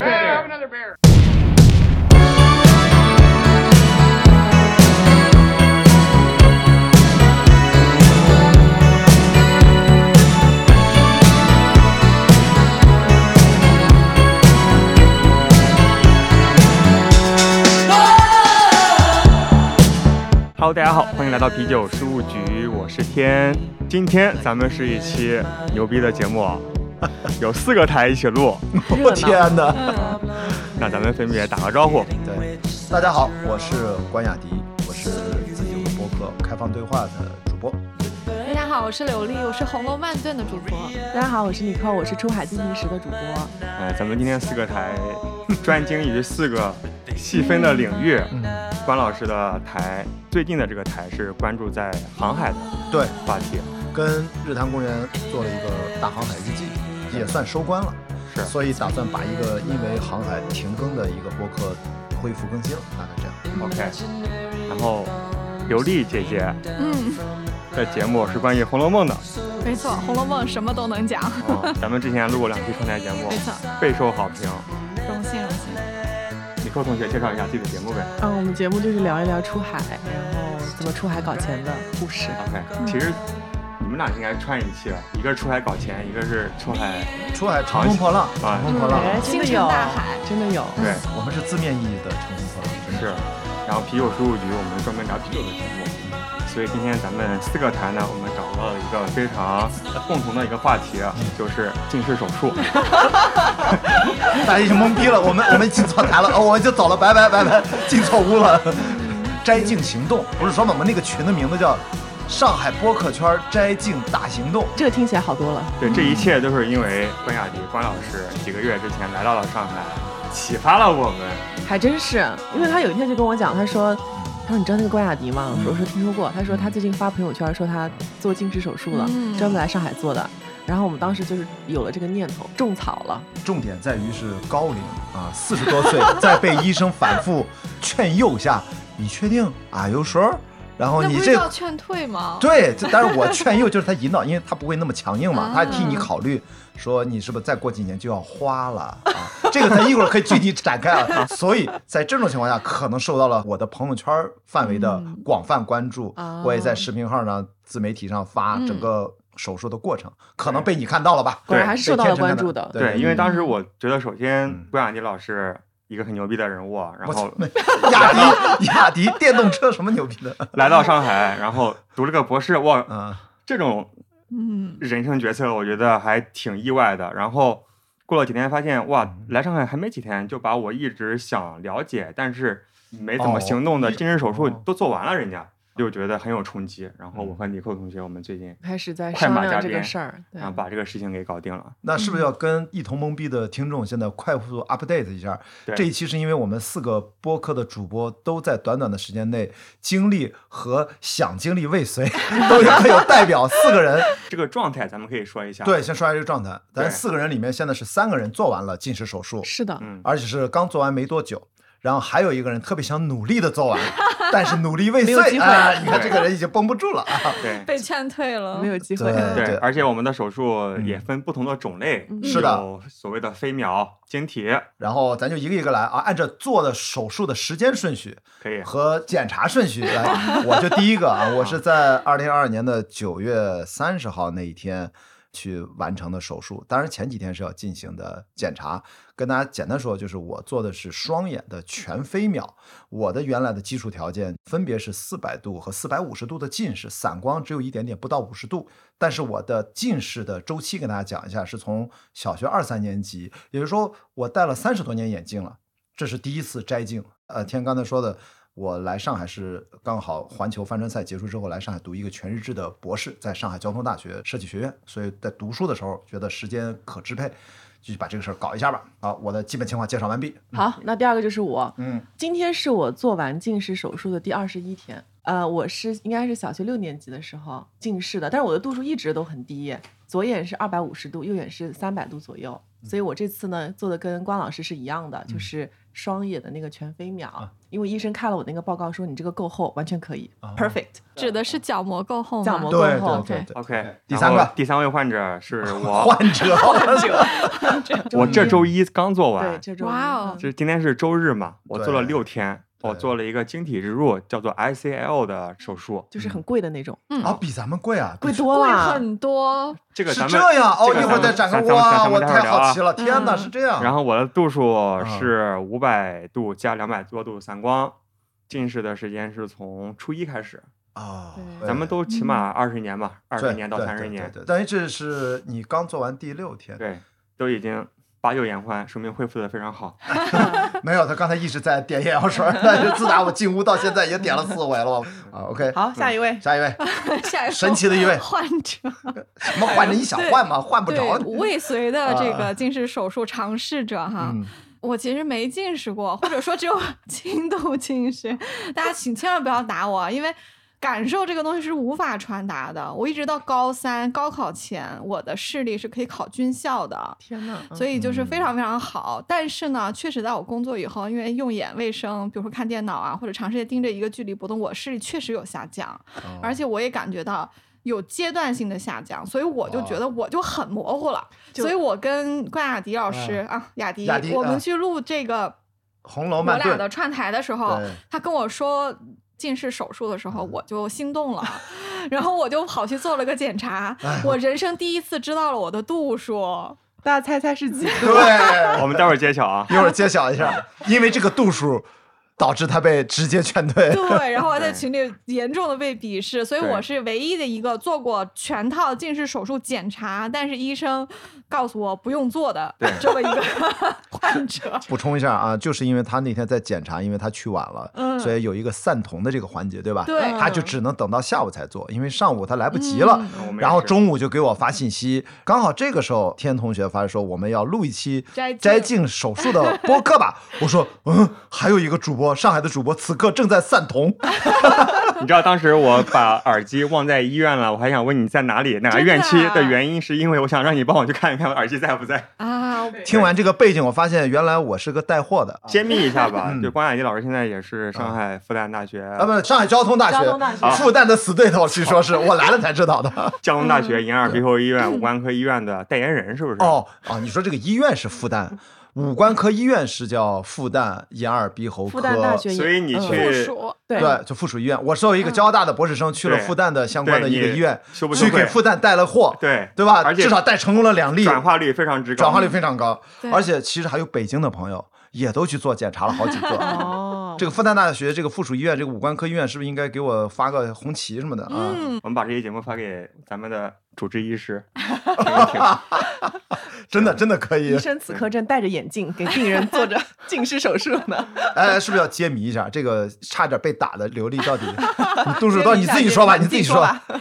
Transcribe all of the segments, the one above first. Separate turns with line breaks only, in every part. Brother Bear.
Hello，大家好，欢迎来到啤酒事务局，我是天。今天咱们是一期牛逼的节目啊，有四个台一起录，
我 天哪！
那咱们分别打个招呼。
对，大家好，我是关雅迪，我是自己的播客《开放对话》的主播。
大家好，我是柳丽，我是《红楼梦》顿的主播。
大家好，我是李寇，我是出海进行时的主播。
呃，咱们今天四个台专精于四个细分的领域。
嗯
关老师的台最近的这个台是关注在航海的
对，
话题，
跟日坛公园做了一个大航海日记，也算收官了，
是
所以打算把一个因为航海停更的一个播客恢复更新，大概这样。
OK。然后刘丽姐姐
嗯，
的节目是关于《红楼梦》的，
没错，《红楼梦》什么都能讲，
哦，咱们之前录过两期双台节目
没，错，
备受好评。
荣幸荣幸。
李寇同学介绍一下自己的节目呗。
嗯，我们节目就是聊一聊出海，然后怎么出海搞钱的故事。
OK，其实你们俩应该串一期了，一个是出海搞钱，一个是出海
出海乘风破浪，
啊
乘风破浪，
哎，真
星
的
辰
有
大海，
真的有。
对
我们是字面意义的乘风破浪，真的
是。然后啤酒事务局我们专门聊啤酒的节目，所以今天咱们四个台呢，我们找到了一个非常共同的一个话题，啊就是近视手术。
大家已经懵逼了，我们我们进错台了，哦，我就走了，拜拜拜拜，进错屋了。
嗯
斋静行动不是说嘛，我们那个群的名字叫“上海播客圈斋静大行动
这个听起来好多了。
对，这一切都是因为关雅迪关老师几个月之前来到了上海，启发了我们。
还真是，因为他有一天就跟我讲，他说，他说你知道那个关雅迪吗？
嗯
我说我说听说过。他说他最近发朋友圈说他做近视手术了，
嗯
专门来上海做的。然后我们当时就是有了这个念头，种草了。”，
重点在于是高龄啊，四十多岁，在被医生反复劝诱下，你确定？Are 啊 you sure？然后哦
那
你
不是
这
叫劝退吗？
对，这但是我劝诱就是他引导，因为他不会那么强硬嘛，
啊
他还替你考虑，说你是不是再过几年就要花了啊？这个咱一会儿可以具体展开啊。所以在这种情况下，可能受到了我的朋友圈范围的广泛关注，
啊
我也在视频号上、自媒体上发整
嗯
个手术的过程，可能被你看到了吧？
果然
对
还是受到了关注的。
对
对，因为当时
嗯
我觉得，首先
嗯
关雅迪老师一个很牛逼的人物，啊然
我
后
雅迪，雅迪电动车什么牛逼的？
来到上海，然后读了个博士，哇，
嗯，
这种
嗯，
人生决策，我觉得还挺意外的。然后过了几天，发现哇，
嗯
来上海还没几天，就把我一直想了解但是没怎么
哦
行动的
一
近视手术
哦嗯
都做完了，人家就觉得很有冲击。然后我和尼寇同学，我们最近
开始在
快
商
马
量
加
这个
鞭啊
事儿。对
然，后把这个事情给搞定了。
那是不是要跟一同懵逼的听众现在快速 update 一下？
对
这一期是因为我们四个播客的主播都在短短的时间内经历和想经历 未遂，都有各有代表四个人。
这个状态，咱们可以说一下。
对，，先说一下这个状态，咱
对
四个人里面现在是三个人做完了近视手术，
是的，
嗯，
而且是刚做完没多久。然后还有一个人特别想努力 的做完，但是努力未
没有机
遂
会
啊！你看
对
这个人已经绷不住了 啊！
对。
被劝退了
没。有机会。
对
嗯对，而且我们的手术也
嗯
分不同的种类，
嗯
是的
有所谓的飞秒、晶体，
然后咱就一个一个来啊，按照做的手术的时间顺序，
可以
和检查顺序来，我就第一个啊，我是在二零二二年的九月三十号那一天去完成的手术，当然前几天是要进行的检查。跟大家简单说，就是我做的是双眼的全飞秒，我的原来的基础条件分别是四百度和四百五十度的近视，散光只有一点点，不到五十度。但是我的近视的周期跟大家讲一下，是从小学二三年级，也就是说我戴了三十多年眼镜了。这是第一次摘镜。呃，天刚才说的，我来上海是刚好环球帆船赛结束之后来上海读一个全日制的博士，在上海交通大学设计学院，所以在读书的时候觉得时间可支配，就把这个事儿搞一下吧。好，我的基本情况介绍完毕。
好，那第二个就是我。
嗯，
今天是我做完近视手术的第二十一天，呃，我是应该是小学六年级的时候近视的，但是我的度数一直都很低，左眼是二百五十度，右眼是三百度左右。
嗯
所以我这次呢做的跟关老师是一样的，就是双眼的那个全飞秒，
啊
因为医生看了我那个报告说你这个够厚，完全可以、
哦
p e r f e c t
指的是角膜够厚吗？
角膜
对
过
对
后
对对
OK，
第三个
第三位患者 是我，
患者，患者，
我这周
一
一刚做
嗯对
完，
这周一
哇哦
就是今天是周日嘛，我做了
嗯对
六天，我
对
做了一个晶体植入，叫做 ICL 的手术。
就是很贵的那种，
嗯
啊，比咱们贵啊，比
贵多
贵
了。
很 多，
这个
是
咱们
这样哦，
这个
一会儿再
咱
展
们
开
咱们
哇，
咱
我
们待会儿
太
聊
好
啊
奇了，天哪，
嗯
是这样，
然后我的度数
啊
是五百度加两百多度散光，近视的时间是从初一开始，
啊，
对
哦咱们都起码二十年吧，二十年到三十年，
对对对对等于这是你刚做完第六天，
对，都已经把酒言欢，说明恢复的非常好。
没有，他刚才一直在点眼药水儿，但是自打我进屋到现在也点了四回了啊，OK，
好，
嗯
下一位，
下一位，
下一个
神奇的一位，
患者，
什么换着你想换吗？换不
对
着，
未遂的这
啊
个近视手术尝试者哈。
嗯，
我其实没近视过，或者说只有 轻度近视。大家请千万不要打我，啊因为感受这个东西是无法传达的。我一直到高三高考前，我的视力是可以考军校的，
天哪！
所
以
以就是非常非常好。但是呢，确实在我工作以后，因为用眼卫生，比如说看电脑啊，或者长时间盯着一个距离不动，我视力确实有下降，
哦
啊而且我也感觉到。有阶段性的下降，所以我就
哦
觉得我就很模糊了，
就
所以我跟关雅迪老师啊雅迪，
嗯雅迪
我
啊
们去录这个
《红楼
我
梦》
俩的串台的时候
对，嗯
他跟我说近视手术的时候，我就心动 了，然后我就跑去做了个检查，
哎
我人生第一次知道了我的度数。
大家猜猜是几度？
对，，
我们待会儿揭晓啊
一会儿揭晓一下，因为这个度数导致他被直接 劝退。
对，然后我在
对
群里严重的被鄙视，所以
对
我是唯一的一个做过全套近视手术检查，但是医生告诉我不用做的
对
这么一个 患者。
补充一下啊，就是因为他那天在检查，因为他去晚了，
嗯
所以有一个散瞳的这个环节，对吧？
对
他就只能等到下午才做，因为上午他来不及了。
嗯
我们也
然后
是
中午就给我发信息，刚好这个时候天同学发说我们要录一期
摘镜
摘镜手术的播 客吧。我说嗯，还有一个主播，上海的主播此刻正在散瞳。
你知道当时我把耳机忘在医院了，我还想问你在哪里哪个
真的
院区
啊
的原因，是因为我想让你帮我去看一看我耳机在不在。
啊，
听完这个背景，我发现原来我是个带货的
啊
揭秘一下吧，
嗯
就关雅迪老师现在也是上海复旦大学、
啊，不是上海交通大
交
学
通大学
啊
复旦的死对头，据说是我来了才知道的。
交通大学眼耳鼻喉医院五官科医院的代言人，是不是？
嗯哦哦，你说这个医院是复旦，五官科医院是叫复旦眼耳鼻喉科，
复旦大学嗯也，
所以你
嗯
去
附属
对
对，就附属医院。我作为一个交大的博士生，去了
对
复旦的相关的一个医院
你羞不，羞
去给
愧
复旦带了货，
对
对吧？
而且
至少带成功了两例，
转化率非常之高，
转化率非常高。
对
而且其实还有北京的朋友也都去做检查了好几个。
哦，
这个复旦大学这个附属医院这个五官科医院是不是应该给我发个红旗什么的啊？
嗯，
我们把这期节目发给咱们的主治医师，
真的真的可以
医，生此刻正戴着眼镜给病人 做着近视手术呢。
哎，是不是要揭秘一下这个差点被打的刘丽 到底你度数多少？你自己说吧，你自己说吧。
吧。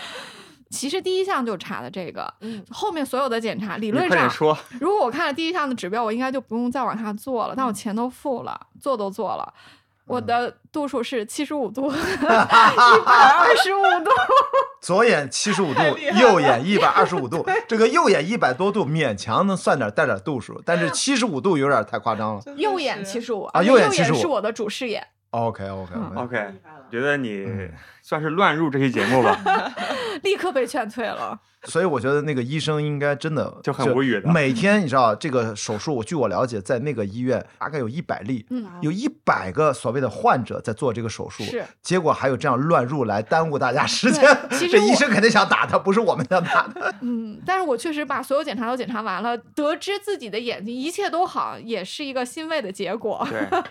其实第一项就查的这个，
嗯
后面所有的检查理
你
论
快点
上
说，
如果我看了第一项的指标，我应该就不用再往下做了。但我钱都付了，做都做了，我
嗯
的度数是七十五度，一百二十五度，
啊左眼七十五度
太厉，害了
右眼一百二十五度。这个右眼一百多度勉强能算点带点度数，但是七十五度有点太夸张了。
右眼七十五
啊右
右
眼75
是我的主视野。
OK OK，, o
嗯
k
OK，
了
觉得你
嗯
算是乱入这期节目 吧，
立刻被劝退了，
所以我觉得那个医生应该真的
就很无语的
每天你知道这个手术，我据我了解，在那个医院大概有一百例，
嗯
有一百个所谓的患者在做这个手术，
是
结果还有这样乱入来耽误大家时间，
对 其实
这医
我
生肯定想打他，不是我们想打他。
嗯，但是我确实把所有检查都检查完了，得知自己的眼睛一切都好，也是一个欣慰的结 果。
对。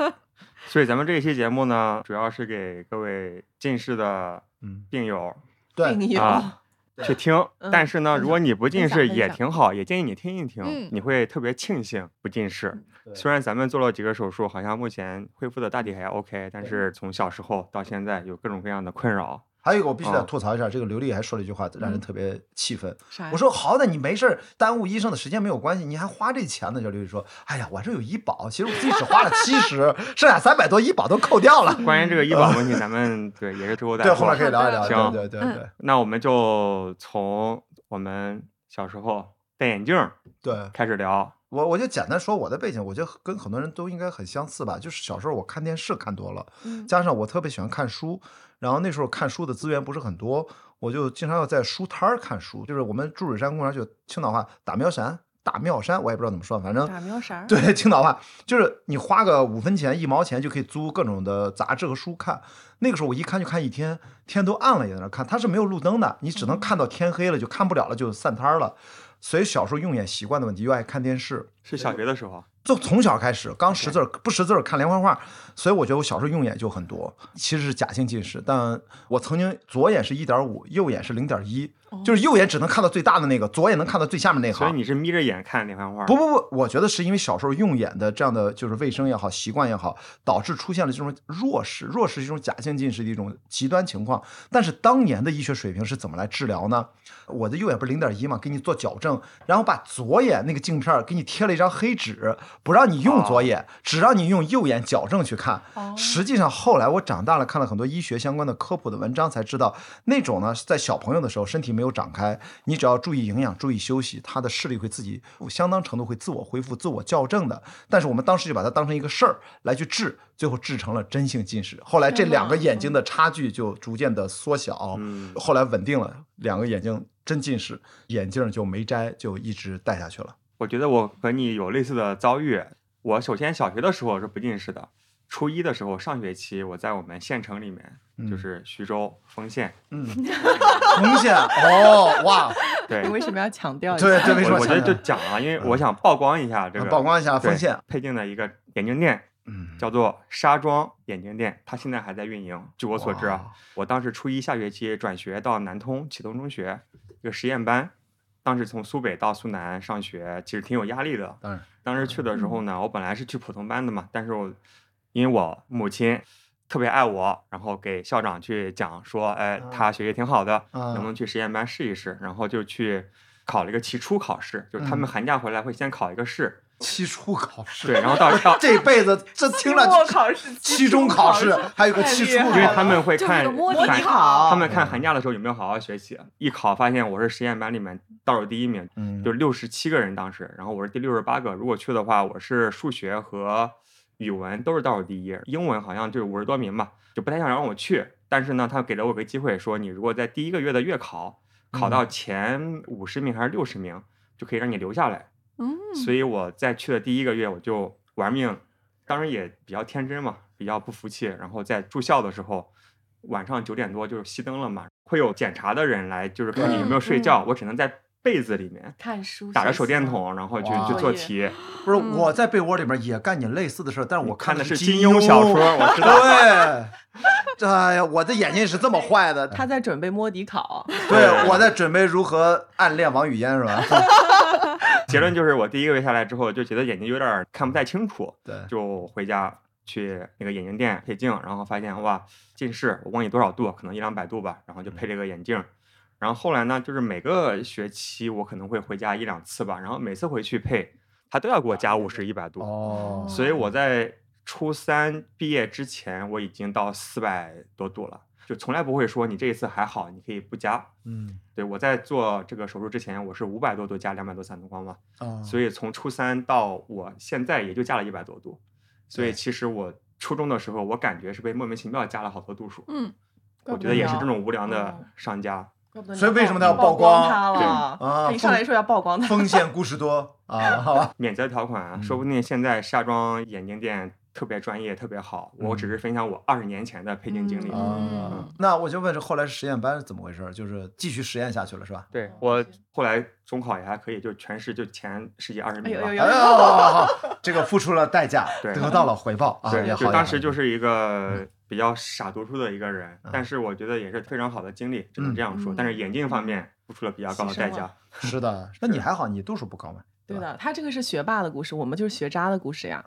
所以咱们这一期节目呢，主要是给各位近视的
嗯，
病友
对，
病友
啊去听，
嗯
但是呢，
分
如
享
果你不近视
分享
也挺好，也建议你听一听
嗯，
你会特别庆幸不近视。
嗯对
虽然咱们做了几个手术，好像目前恢复的大体还 OK，但是从小时候到现在有各种各样的困扰，
还有一个我必须得
哦
吐槽一下，这个刘丽还说了一句话，让
嗯
人特别气愤。
嗯
啥呀？
我说好歹你没事儿耽误医生的时间没有关系，你还花这钱呢。就刘丽说，哎呀，我这有医保，其实我自己只花了七十，剩下三百多医保都扣
嗯
掉了。
关于这个医保问 题，咱们对也是之后再
嗯对，后
说
面。可以聊一聊。
行
对对对对
那我们就从我们小时候戴眼镜儿
对，
开始聊。
我我就简单说我的背景，我觉得跟很多人都应该很相似吧。就是小时候我看电视看多了，
嗯
加上我特别喜欢看书，然后那时候看书的资源不是很多，我就经常要在书摊儿看书。就是我们注水山公园就青岛话打苗山，打苗山，我也不知道怎么说，反正
打苗啥？，
对，青岛话就是你花个五分钱、一毛钱就可以租各种的杂志和书看。那个时候我一看就看一天，天都暗了也在那看，它是没有路灯的，你
嗯
只能看到天黑了，就看不了了，就散摊儿了。所以小时候用眼习惯的问题，又爱看电视，
是小学的时候，
就从小开始，刚识字儿不识字儿看连环画，所以我觉得我小时候用眼就很多，其实是假性近视，但我曾经左眼是一点五，右眼是零点一，就是右眼只能看到最大的那个，左眼能看到最下面那
哦所以
行。
你是眯着眼看连环画。
不，不不，我觉得是因为小时候用眼的这样的就是卫生也好，习惯也好，导致出现了这种弱视，弱视是一种假性近视的一种极端情况。但是当年的医学水平是怎么来治疗呢？我的右眼不是零点一嘛，给你做矫正，然后把左眼那个镜片儿给你贴了一张黑纸，不让你用左眼，只让你用右眼矫正去看。
哦
实际上后来我长大了，看了很多医学相关的科普的文章，才知道那种呢是在小朋友的时候身体没有长开，你只要注意营养、注意休息，他的视力会自己相当程度会自我恢复、自我校正的。但是我们当时就把它当成一个事儿来去治，最后治成了真性近视。后来这
天哪
两个眼睛的差距就逐渐的缩小。
嗯，
后来稳定了，两个眼睛真近视，眼镜就没摘，就一直戴下去了。
我觉得我和你有类似的遭遇。我首先小学的时候是不近视的，初一的时候上学期我在我们县城里面，
嗯
就是徐州丰县，
嗯，红线哦，哇，
对
你，为什么要强调一下？
对对， 为什么
我我觉得
想起
就
来了
讲啊，因为我想曝光一下这个
嗯啊曝光一下
对
丰县，
配镜的一个眼镜店，
嗯，
叫做沙庄眼镜店，它现在还在运营。据我所知啊
哇，
我当时初一下学期转学到南通启东中学一个实验班，当时从苏北到苏南上学，其实挺有压力的。
当然，
当时去的时
嗯
候呢，我本来是去普通班的嘛，但是我因为我母亲特别爱我，然后给校长去讲说，哎，他学习挺好的，
啊
能不能去实验班试一试？然后就去考了一个期初考试，就是他们
嗯
寒假回来会先考一个试，
期初考试，
对，然 后到到。
这辈子这听着
期末考试、
期中考试，还有个
太
期
厉
初考
因
害
为
了
他们会
就是
看
个摸
摸
底
底考
他们
嗯
看寒假的时候有没有好好学习，一考发现我是实验班里面倒数第一名，
嗯
就六十七个人当时，然后我是第六十八个。如果去的话，我是数学和语文都是倒数第一，英文好像就五十多名吧，就不太想让我去。但是呢，他给了我个机会，说你如果在第一个月的月考考到前五十名还是六十名，就可以让你留下来。
嗯，
所以我在去的第一个月，我就玩命，当然也比较天真嘛，比较不服气。然后在住校的时候，晚上九点多就是熄灯了嘛，会有检查的人来，就是看你有没有睡觉。我只能在被子里面
看书，
打着
写
手电
字，
筒，然后去
哇
去做题。
不是我在被窝里边也干你类似的事儿，但是我
看的
的
是
金
金庸小说， 我知道。
对，哎呀，我的眼睛是这么 坏的。
他在准备摸底考。
对，我在准备如何暗恋王语嫣，是吧？
结论就是我第一个月下来之后，就觉得眼睛有点儿看不太清楚，
对，
就回家去那个眼镜店配镜，然后发现哇近视，我忘记多少度，可能一两百度吧，然后就配了个眼镜。然后后来呢，就是每个学期我可能会回家一两次吧，然后每次回去配，他都要给我加五十、一百度，
哦，
所以我在初三毕业之前，我已经到四百多度了，就从来不会说你这一次还好，你可以不加。
嗯，
对我在做这个手术之前，我是五百多度加两百多散光嘛，
嗯
哦
所以从初三到我现在也就加了一百多度，所以
对
其实我初中的时候，我感觉是被莫名其妙加了好多度数，
嗯，
我觉得也是这种无良的
嗯
商家。
怪不得你
所以为什么他要
曝曝
曝光
他了？
对啊
他一上来说要曝光他，
丰县故事多 啊，好吧，
免责条款啊，说不
嗯
定现在夏装眼镜店特别专业，特别好。我
嗯
只是分享我二十年前的配镜经历。
哦
啊
嗯，
那我就问这后来实验班是怎么回事？就是继续实验下去了，是吧？
哦
对我后来中考也还可以，就全市就前十几二十
哎
名
呦
吧
呦。
哎
呦！
呦，这个付出了 代价，
对
得到了回报啊，
对，
也好。
就
也
当
好
时就是一个比较傻读书的一个人，
嗯
但是我觉得也是非常好的经历，只能这样说。
嗯
但是眼镜方面付出了比较高的
牺牲
代
了
价。
是的，那你还好，你度数不高嘛？
对
吧，
的，他这个是学霸的故事，我们就是学渣的故事 呀。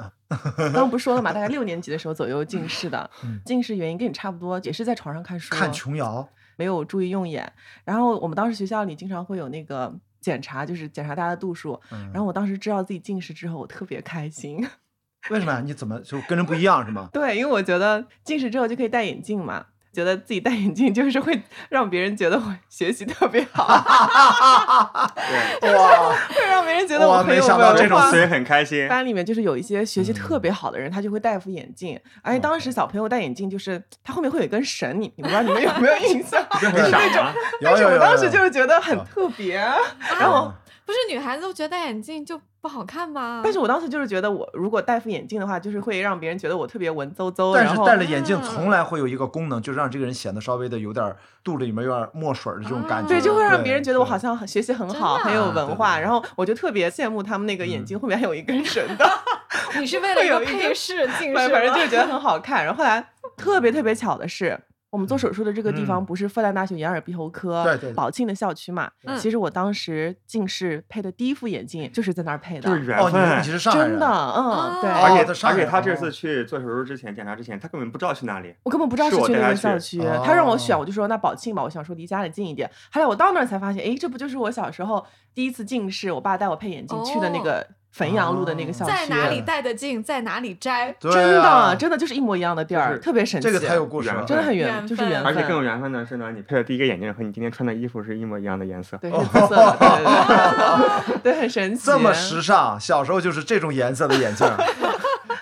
刚刚不是说了嘛，大概六年级的时候左右近视的
嗯，
近视原因跟你差不多，也是在床上看书。啊
看琼瑶，
没有注意用眼。然后我们当时学校里经常会有那个检查，就是检查大家的度数。
嗯
然后我当时知道自己近视之后，我特别开心。
为什么呀？你怎么就跟人不一样是吗？
对，因为我觉得近视之后就可以戴眼镜嘛，觉得自己戴眼镜就是会让别人觉得我学习特别好，
对，
哇，
会让别人觉得
哦哇
我很有
没想到
文
这种
化
所以很开心。
班里面就是有一些学习
嗯
特别好的人，他就会戴副眼镜。而且当时小朋友戴眼镜，就是他后面会有一根绳，你我不知道你们有没有印象？
不是很傻啊吗？
有
但是
有
我
有有，
当时就是觉得
有
很特别，
然
然后。
啊不是女孩子都觉得戴眼镜就不好看吗？
但是我当时就是觉得，我如果戴副眼镜的话，就是会让别人觉得我特别文绉绉。
但
然
是
后
戴了眼镜从来会有一个功能，就是让这个人显得稍微的有点儿肚子里面有点儿墨水儿的这种感觉，
啊对，就会让别人觉得我
对
好像很学习很
真
好，
的
很有
啊对
文
对
化。
对嗯
然后我就特别羡慕他们那个眼镜后面还有一根绳的，
你是为了一个
会有一个
配饰近视吗，
反反正就是觉得很好看。然后后来特别特别巧的是，我们做手术的这个地方
嗯
不是复旦大学眼耳鼻喉科
对对对
宝庆的校区嘛？
嗯
其实我当时近视配的第一副眼镜就是在那儿配的，
就是缘
哦，
分。
你你是上海人，
真的，嗯，对。
哦
而且
在上
而且
海
他
哦
这次去做手术之前，检查之前，他根本不知道去哪里。
我根本不知道
是
是
我
去
带
那
他
个
去
校区，
哦
他让我选，我就说那宝庆吧，我想说离家里近一点。后来我到那儿才发现，哎，这不就是我小时候第一次近视，我爸带我配眼镜去的那个汾阳路的那个校区，
哦在哪里戴的镜，在哪里摘。
哦对
真
啊
的真的就是一模一样的地
就
儿，
是
特别神奇，
这个才有故事啊，
缘
真的很
缘
缘，
分
就是缘
而
分，
且更有缘分的是呢，你配的第一个眼镜和你今天穿的衣服是一模一样的颜色。
对，是紫色的，对对对对，对，很神奇，
这么时尚，小时候就是这种颜色的眼 镜儿，哎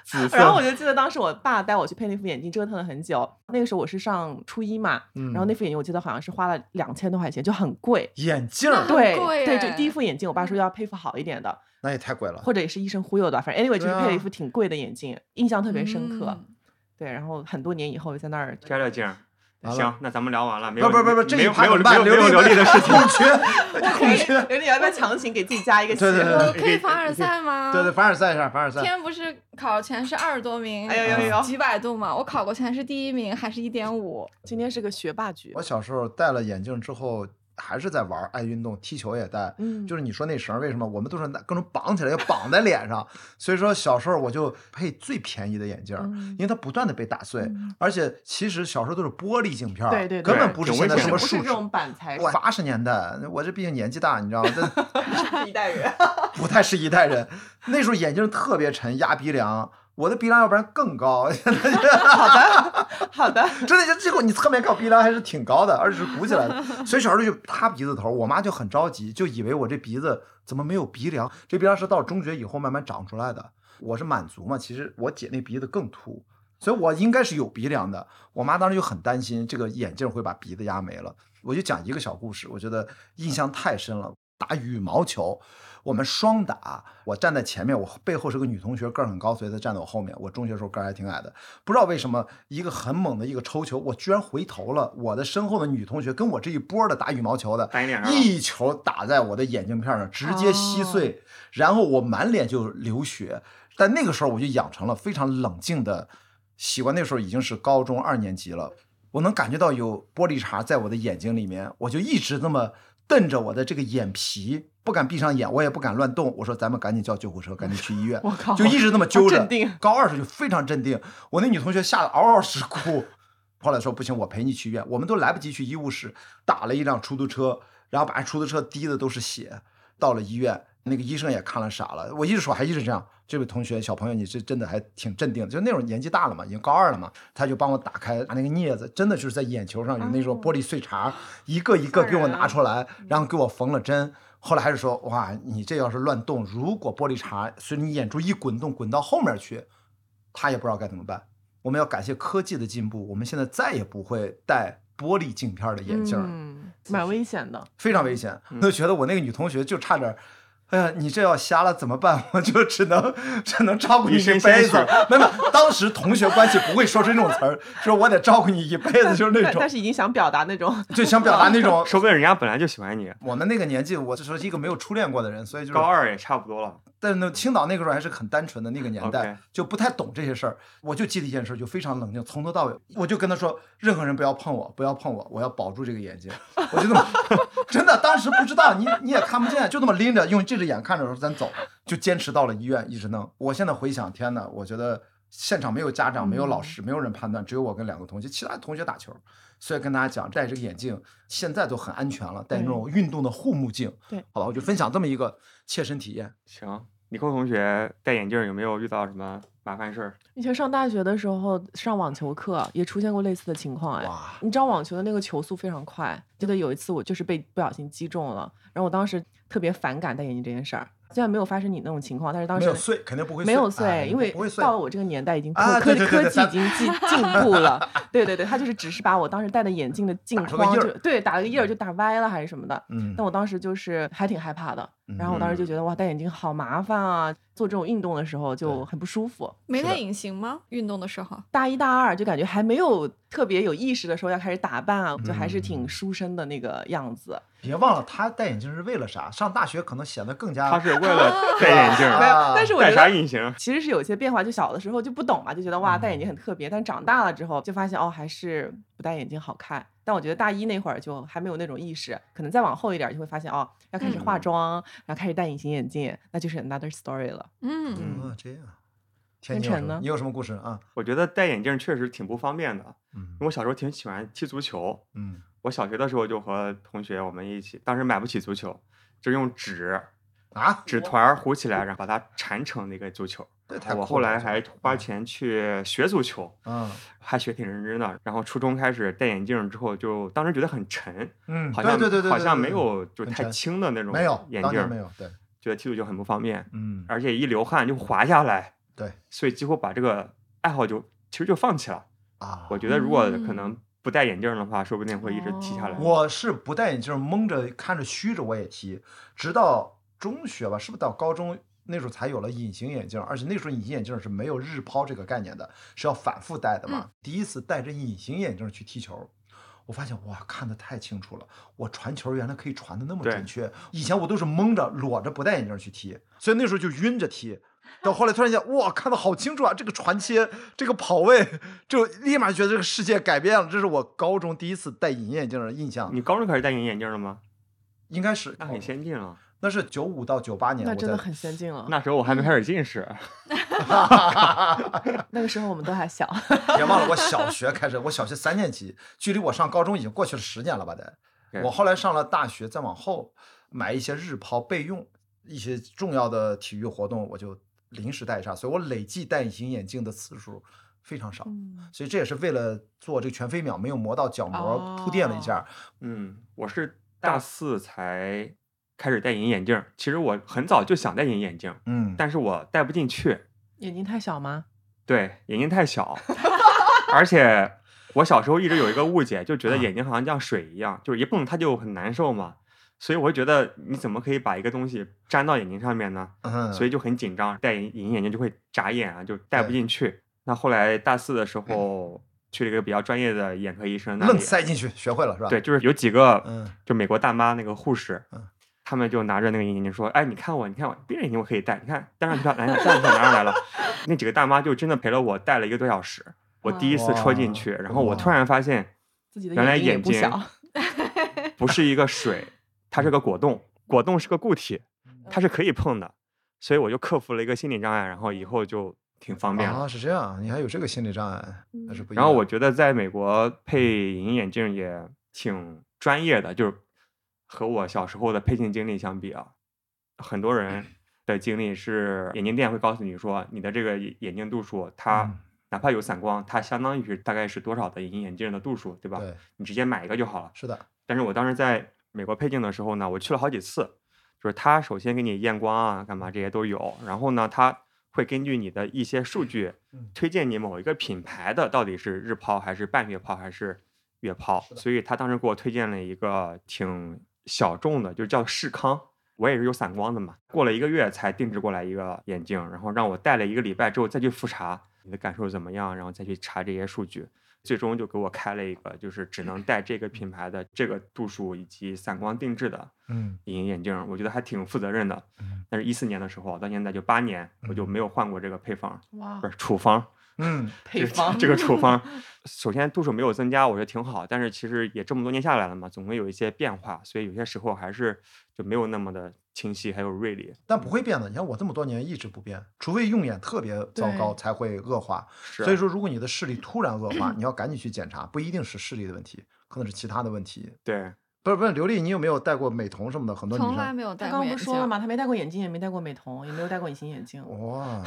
紫色。
然后我就记得当时我爸带我去配那副眼镜，折腾了很久。那个时候我是上初一嘛，
嗯
然后那副眼镜我记得好像是花了两千多块钱，就很贵。
眼镜儿
很
对
贵
对，
耶
就第一副眼镜，我爸说要配副好一点的，
那也太贵了，
或者也是医生忽悠的吧，反正 anyway 就
对
是
啊
配了一副挺贵的眼镜，印象特别深刻。
嗯
对，然后很多年以后在那儿，
摘了镜儿。
完了
行，那咱们聊完了，没
不
有
不不不，这
没
一
有
趴
没有
怎么
没有
办？
没
刘
有
丽
流利的事情。
空缺，空缺，
刘丽要不要强行给自己加一个
对对对对
呃
我嗯可以凡尔赛吗？
对对，凡尔赛一下，凡尔赛，
天不是考前是二十多名，
哎呦
呦
呦
几百度嘛，我考过前是第一名，还是一点五。
今天是个学霸局
我，小时候戴了眼镜之后，还是在玩儿，爱运动，踢球也戴。
嗯
就是你说那绳儿为什么我们都是拿各种绑起来，要绑在脸上。所以说小时候我就配最便宜的眼镜儿，
嗯
因为它不断的被打碎，而且其实小时候都是玻璃镜片儿，
对对对
根本不是
挺
现
危
在
险
什
的
不
么
是
树
这种板材，
我 八十年代，我这毕竟年纪大，你知道吗？这
是一代人。
不太是一代人。那时候眼镜特别沉，压鼻梁，我的鼻梁要不然更高，
好的，
真的，就结果你侧面看我鼻梁还是挺高的，而且是鼓起来的，所以小时候就塌鼻子头，我妈就很着急，就以为我这鼻子怎么没有鼻梁？这鼻梁是到中学以后慢慢长出来的。我是满族嘛，其实我姐那鼻子更凸，所以我应该是有鼻梁的。我妈当时就很担心这个眼镜会把鼻子压没了。我就讲一个小故事，我觉得印象太深了。打羽毛球，我们双打，我站在前面，我背后是个女同学，个儿很高，所以她站在我后面。我中学时候个儿还挺矮的，不知道为什么一个很猛的一个抽球，我居然回头了。我的身后的女同学跟我这一波的打羽毛球的
打你脸上了
一球打在我的眼镜片上，直接稀碎，然后我满脸就流血。但那个时候我就养成了非常冷静的习惯，那时候已经是高中二年级了。我能感觉到有玻璃碴在我的眼睛里面，我就一直那么瞪着我的这个眼皮，不敢闭上眼，我也不敢乱动。我说咱们赶紧叫救护车，赶紧去医院。
我靠
就一直那么揪
好
着。
镇定
高二时就非常镇定，我那女同学吓得嗷嗷直哭。后来说不行，我陪你去医院，我们都来不及去医务室，打了一辆出租车，然后把出租车滴的都是血。到了医院，那个医生也看了傻了。我一直说，还一直这样。这位同学，小朋友，你是真的还挺镇定的，就那种年纪大了嘛，已经高二了嘛，他就帮我打开拿那个镊子，真的就是在眼球上有那种
哦
玻璃碎碴，一个一个给我拿出
啊
来，然后给我缝了针。后来还是说，哇，你这要是乱动，如果玻璃碴随着你眼珠一滚动滚到后面去，他也不知道该怎么办。我们要感谢科技的进步，我们现在再也不会戴玻璃镜片的眼镜儿。
嗯，蛮危险的。
非常危险。我就觉得我那个女同学就差点儿，哎呀，你这要瞎了怎么办？我就只能 只能照顾你
以
一
身
辈
相
子
许。
没有，没有当时同学关系不会说出这种词儿，说我得照顾你一辈子，就是那
但
种
但，是已经想表达那种，
就想表达那种。
说不定人家本来就喜欢你。
我们那个年纪，我就是一个没有初恋过的人，所以就是
高二也差不多了，
但是呢，青岛那个时候还是很单纯的那个年代
OK
就不太懂这些事儿。我就记得一件事，就非常冷静，从头到尾，我就跟他说，任何人不要碰我，不要碰我，我要保住这个眼睛。我就那么， 真的，当时不知道，你你也看不见，就那么拎着，用这只眼看着说咱走，就坚持到了医院，一直弄。我现在回想，天哪，我觉得现场没有家长，没有老师，没有人判断，只有我跟两个同学，其他同学打球。所以跟大家讲，戴这个眼镜现在都很安全了，戴那种运动的护目镜。
对，
好吧，我就分享这么一个切身体验。
行，尼寇同学戴眼镜儿有没有遇到什么麻烦事儿？
以前上大学的时候上网球课也出现过类似的情况哎，
哇，
你知道网球的那个球速非常快，记得有一次我就是被不小心击中了，然后我当时特别反感戴眼镜这件事儿，虽然没有发生你那种情况，但是当
没
时
有碎，肯定不会
没有碎，
哎
因为
不会碎
到了我这个年代已经科、
啊
科
对对对
科
对
技
咱
已经进进步 了，对对对，他就是只是把我当时戴的眼镜的镜
打出个
框
印儿
就对打了个印儿就打歪了还是什么的，
嗯
但我当时就是还挺害怕的，然后我当时就觉得哇戴眼镜好麻烦啊，做这种运动的时候就
对
很不舒服。
没
是
戴
的
隐形吗？运动的时候，
大一大二就感觉还没有特别有意识的时候要开始打扮啊，就还是
嗯
挺书生的那个样子。
别忘了，他戴眼镜是为了啥？上大学可能显得更加
他是为了戴眼镜儿，
没有
啊，
但是我
戴
觉
啥
得
隐形？
其实是有一些变化，就小的时候就不懂嘛，就觉得哇戴眼镜很特别，但长大了之后就发现哦还是不戴眼镜好看。但我觉得大一那会儿就还没有那种意识，可能再往后一点儿就会发现哦要开始化妆，然后开始戴隐形眼镜，那就是 another story 了。
嗯，
嗯，这样。天
晨
你有什么
呢
你有什么故事啊？
我觉得戴眼镜儿确实挺不方便的。
嗯
因为我小时候挺喜欢踢足球，
嗯，
我小学的时候就和同学我们一起，当时买不起足球，就用纸
啊，
纸团儿糊起来，然后把它缠成那个足球。
这太
我
酷
后
了
来
这
还
个
花钱去学足球，
嗯
还学挺认真的。然后初中开始戴眼镜儿之后就，当时觉得很沉，
嗯，
好
对
像
对对对，
好
对
像
对
没
对
有就
很
太
沉
轻的那种
没有
眼
当
镜
年
儿，
没有对，
觉得踢足球很不方便，
嗯
而且一流汗就滑下来，
对
所以几乎把这个爱好就其实就放弃了。
啊，
我觉得如果可
嗯
能不戴眼镜儿的话，说不定会一直踢下来。
我是不戴眼镜，蒙着看着虚着我也踢，直到中学吧，是不是到高中那时候才有了隐形眼镜？而且那时候隐形眼镜是没有日抛这个概念的，是要反复戴的嘛。第一次戴着隐形眼镜去踢球。我发现哇，看得太清楚了！我传球原来可以传的那么
对
准确，以前我都是蒙着、裸着不戴眼镜去踢，所以那时候就晕着踢。到后来突然间，哇，看得好清楚啊！这个传切，这个跑位，就立马觉得这个世界改变了。这是我高中第一次戴隐形眼镜的印象，
你高中开始戴隐形眼镜了吗？
应该是哦
那很先进了，
那是九五到九八年，
那
我
真的
在
很先进了，
那时候我还没开始近视。
嗯
那个时候我们都还小，
别忘了我小学开始，我小学三年级，距离我上高中已经过去了十年了吧得。
对
我后来上了大学，再往后买一些日抛备用，一些重要的体育活动我就临时戴上，所以我累计戴隐形眼镜的次数非常少。
嗯，
所以这也是为了做这个全飞秒没有磨到角膜
哦
铺垫了一下，
嗯，我是大四才开始戴隐形眼镜儿。其实我很早就想戴隐形眼镜儿，
嗯，
但是我戴不进去，
眼睛太小吗？
对，眼睛太小，而且我小时候一直有一个误解，就觉得眼睛好像像水一样，就是一碰它就很难受嘛。所以我就觉得你怎么可以把一个东西粘到眼睛上面呢？
嗯，
所以就很紧张，戴隐隐形眼镜就会眨眼啊，就戴不
对嗯
进去。那后来大四的时候去了一个比较专业的眼科医生那里
愣，塞进去，学会了是吧？
对，，就是有几个
嗯
就美国大妈那个护士
嗯，
他们就拿着那个隐形眼镜说：“哎，你看我，你看我，闭着眼睛我可以戴，你看戴上去了，拿上戴上去了，拿上来了。” 那几个大妈就真的陪了我戴了一个多小时。我第一次戳进去，
哇
然后我
哇
突然发现
自己的
原来
睛也
眼
不
睛
小，
不是一个水，它是个果冻，果冻是个固体，
嗯
它是可以碰的，所以我就克服了一个心理障碍，然后以后就挺方便了。
啊，是这样，你还有这个心理障碍，那是不一样。
然后我觉得在美国配隐形眼镜也挺专业的，就是和我小时候的配镜经历相比啊，很多
嗯
人的经历是眼镜店会告诉你说你的这个眼眼镜度数，它
嗯
哪怕有散光，它相当于是大概是多少的隐形眼镜的度数，对吧？
对，
你直接买一个就好了。
是的，
但是我当时在美国配镜的时候呢，我去了好几次，就是他首先给你验光啊，干嘛这些都有，然后呢，他会根据你的一些数据
嗯
推荐你某一个品牌的到底是日抛还是半月抛还是月抛，
是的
所以他当时给我推荐了一个挺小众的，就叫视康。我也是有散光的嘛，过了一个月才定制过来一个眼镜，然后让我戴了一个礼拜之后再去复查你的感受怎么样，然后再去查这些数据。最终就给我开了一个，就是只能戴这个品牌的这个度数以及散光定制的
嗯，
隐形眼镜儿，我觉得还挺负责任的
嗯。
但是，一四年的时候到现在就八年，我就
嗯
没有换过这个配方，
哇
不是处方，
嗯，
配 方
这个处方，首先度数没有增加，我觉得挺好。但是其实也这么多年下来了嘛，总会有一些变化，所以有些时候还是就没有那么的清晰，还有锐利。
但不会变的。你看我这么多年一直不变，除非用眼特别糟糕才会恶化。
是啊
所以说，如果你的视力突然恶化，你要赶紧去检查，不一定是视力的问题，可能是其他的问题。
对，
不是不是，刘丽，你有没有戴过美瞳什么的？很多女
从来
生
没有戴
他
过
刚
眼
不是
镜。
说了 吗？他没戴过眼镜，也没戴过美瞳，也没有戴过隐形眼镜。
哇，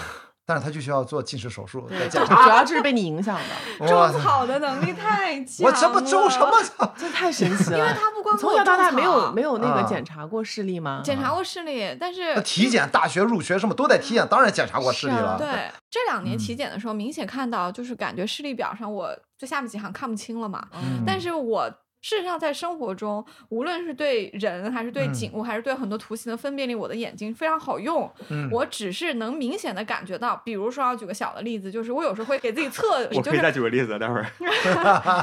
但是她就需要做近视手术，
对，
再
主
检查。
主要就是被你影响的，
哇
种草的能力太 强
我
了。
这不
啊
种什么 草？
这太神奇了。因为
他不光
从小到大没有没
有
有那个
啊
检查过视力吗？
检查过视力，但是
那体检、大学入学什么都得体检，当然检查过视力
是啊
了。
对这两年
嗯
体检的时候，明显看到就是感觉视力表上我最下面几行看不清了嘛。
嗯
但是我事实上在生活中，无论是对人还是对
嗯
景物，还是对很多图形的分辨力，我的眼睛非常好用。
嗯，
我只是能明显的感觉到，比如说啊，举个小的例子，就是我有时候会给自己测，
我
就
可以
是
再举个例子，待会儿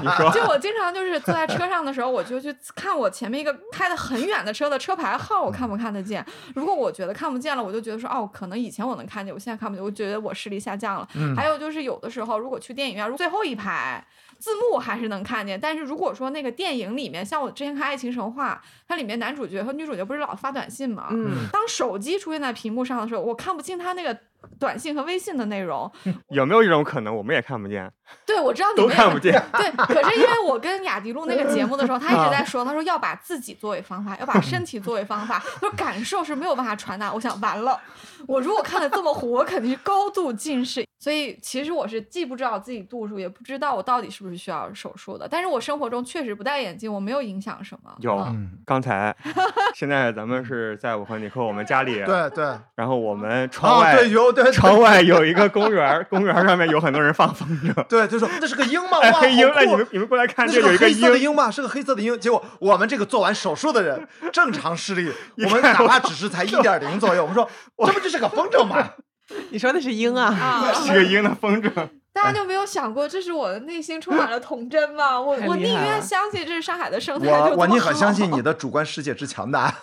你说
就我经常就是坐在车上的时候，我就去看我前面一个开的很远的车的车牌号，我看不看得见。如果我觉得看不见了，我就觉得说哦，可能以前我能看见，我现在看不见，我觉得我视力下降了。
嗯
还有就是有的时候，如果去电影院，如果最后一排。字幕还是能看见，但是如果说那个电影里面，像我之前看《爱情神话》，它里面男主角和女主角不是老发短信吗？
嗯，
当手机出现在屏幕上的时候，我看不清他那个短信和微信的内容。
有没有一种可能，我们也看不见，
对，我知道你
都
们
看不见，
对，可是因为我跟雅迪录那个节目的时候，他一直
啊
在说，他说要把自己作为方法，要把身体作为方法，就感受是没有办法传达。我想完了，我如果看得这么糊，我肯定是高度近视。所以其实我是既不知道自己度数，也不知道我到底是不是需要手术的。但是我生活中确实不戴眼镜，我没有影响什么。
有
嗯
嗯，
刚才，现在咱们是在我和尼克我们家里，
对对，啊，
然后我们窗外、
对有对，
窗外有一个公园儿，公园儿上面有很多人放风筝
对，就说这是个鹰吗？
哎，
哇，
黑鹰，哎，你
好酷
们你们过来看，
那
这
是
有一
个
个
黑色的
鹰，
鹰吧？是个黑色的鹰。结果我们这个做完手术的人，正常 视力，我们哪怕只是才一点零左右，我们说这不就是个风筝吗？
你说的是鹰 啊？
啊，
是个鹰的风筝。
大家就没有想过，这是我的内心充满了童真吗？我
太
我
厉
宁
害
愿
了
相信这是上海的生态 就
我
这
我
么
宁可
好
相信你的主观世界之强大。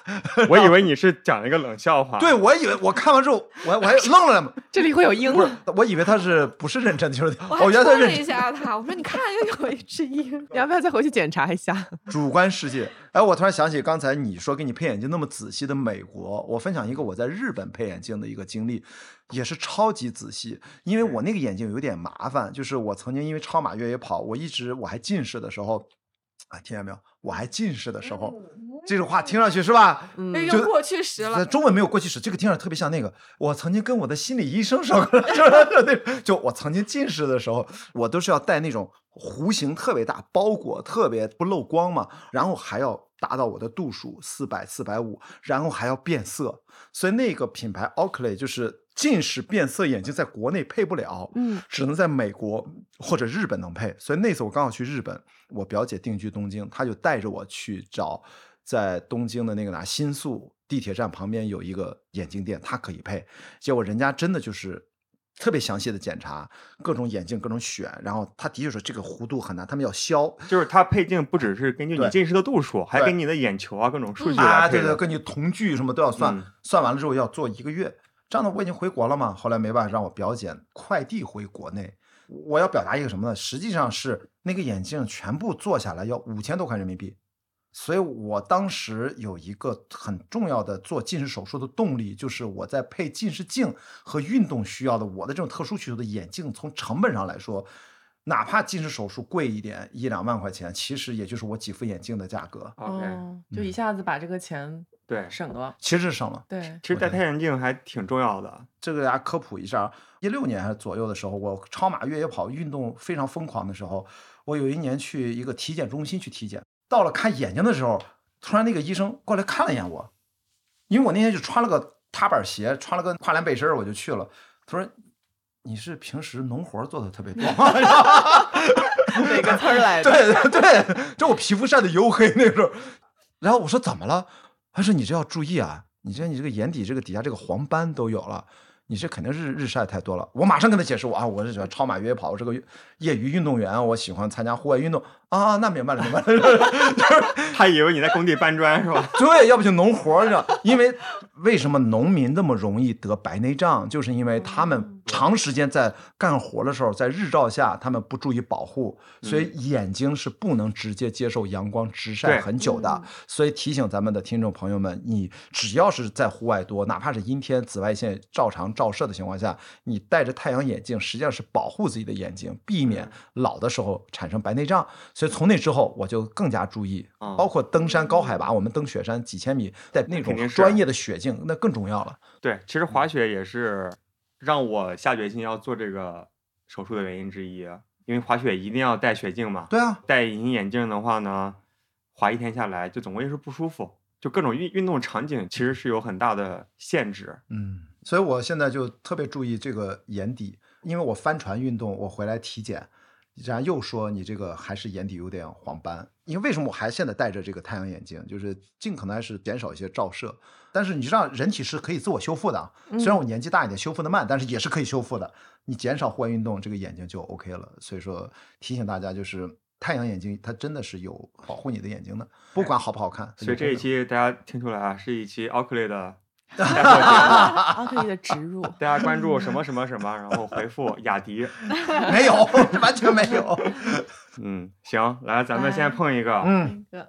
我以为你是讲了一个冷笑话，
对，我以为我看完之后，我我还愣了两
这里会有鹰
不是
吗？，
我以为他是不是认真的，就是我
我还
原来
戳
他认
了一
真。
下他，我说你看又有一只鹰。
你要不要再回去检查一下？
主观世界。哎，我突然想起刚才你说给你配眼镜那么仔细的美国，我分享一个我在日本配眼镜的一个经历，也是超级仔细。因为我那个眼镜有点麻烦，就是我曾经因为超马越野跑，我一直我还近视的时候，啊，听见没有？我还近视的时
嗯
候，这种话听上去是吧？
嗯
这，
就
用哎过去时了
在。中文没有过去式，这个听着特别像那个。我曾经跟我的心理医生说过， 就是那种就我曾经近视的时候，我都是要戴那种弧形特别大、包裹特别不漏光嘛，然后还要达到我的度数四百、四百五，然后还要变色。所以那个品牌 Oakley 就是近视变色眼镜，在国内配不了。
嗯，
只能在美国或者日本能配。所以那次我刚好去日本，我表姐定居东京，她就带着我去找在东京的那个哪新宿地铁站旁边有一个眼镜店，它可以配。结果人家真的就是。特别详细的检查各种眼镜，各种选，然后他的确说这个弧度很难，他们要削，
就是它配镜不只是根据
对
你近视的度数，还
对
给你的眼球啊各种数据
啊，
来
对
配
对，
的。
根据瞳距什么都要算，
嗯
算完了之后要做一个月。这样的我已经回国了嘛，后来没办法让我表姐快递回国内。我要表达一个什么呢？实际上是那个眼镜全部做下来要五千多块人民币，所以我当时有一个很重要的做近视手术的动力，就是我在配近视镜和运动需要的我的这种特殊需求的眼镜，从成本上来说，哪怕近视手术贵一点，一两万块钱，其实也就是我几副眼镜的价格，
OK，
哦就一下子把这个钱
对，
省了。
其实是省了。
对，
其实戴太阳镜还挺重要的。
这个大家科普一下，一六年还是左右的时候，我超马越野跑运动非常疯狂的时候，我有一年去一个体检中心去体检，到了看眼睛的时候，突然那个医生过来看了一眼我，因为我那天就穿了个踏板鞋，穿了个跨栏背心儿我就去了，他说。你是平时农活儿做的特别多吗，
哪个词儿来的？
对 对对，这我皮肤晒得黝黑那时候。然后我说怎么了？他说你这要注意啊，你这你这个眼底这个底下这个黄斑都有了，你这肯定是日晒太多了。我马上跟他解释我啊，我是喜欢超马越野跑，我是个业余运动员，我喜欢参加户外运动啊。那明白了，明白了。
他以为你在工地搬砖是吧？
对，要不就
嗯
农活儿，你知道因为为什么农民那么容易得白内障，就是因为他们长时间在干活的时候，在日照下，他们不注意保护，所以眼睛是不能直接接受阳光直
嗯
晒
对
很久的。
嗯
所以提醒咱们的听众朋友们，你只要是在户外多，哪怕是阴天、紫外线照常照射的情况下，你戴着太阳眼镜，实际上是保护自己的眼睛，避免
嗯
老的时候产生白内障。所以从那之后，我就更加注意，
哦
包括登山高海拔，我们登雪山几千米，戴那种
肯定是
专业的雪镜，那更重要了。
对，其实滑雪也是让我下决心要做这个手术的原因之一，啊因为滑雪一定要戴雪镜嘛。
对啊，
戴隐形眼镜的话呢，滑一天下来就总归是不舒服，就各种运运动场景其实是有很大的限制。
嗯，所以我现在就特别注意这个眼底，因为我帆船运动，我回来体检，人家又说你这个还是眼底有点黄斑。因为为什么我还现在戴着这个太阳眼镜，就是尽可能还是减少一些照射。但是你知道，人体是可以自我修复的，啊
嗯
虽然我年纪大一点，修复的慢，但是也是可以修复的。你减少户外运动，这个眼睛就 OK 了。所以说提醒大家，就是太阳眼镜它真的是有保护你的眼睛的，不管好不好看。
所以这一期大家听出来啊，是一期奥克利的带货节目，
奥克利的植入，
大家关注什么什么什么，然后回复雅迪。
没有， 完全没有。
嗯，行，来，咱们先
哎
碰一个。啊
嗯。
一个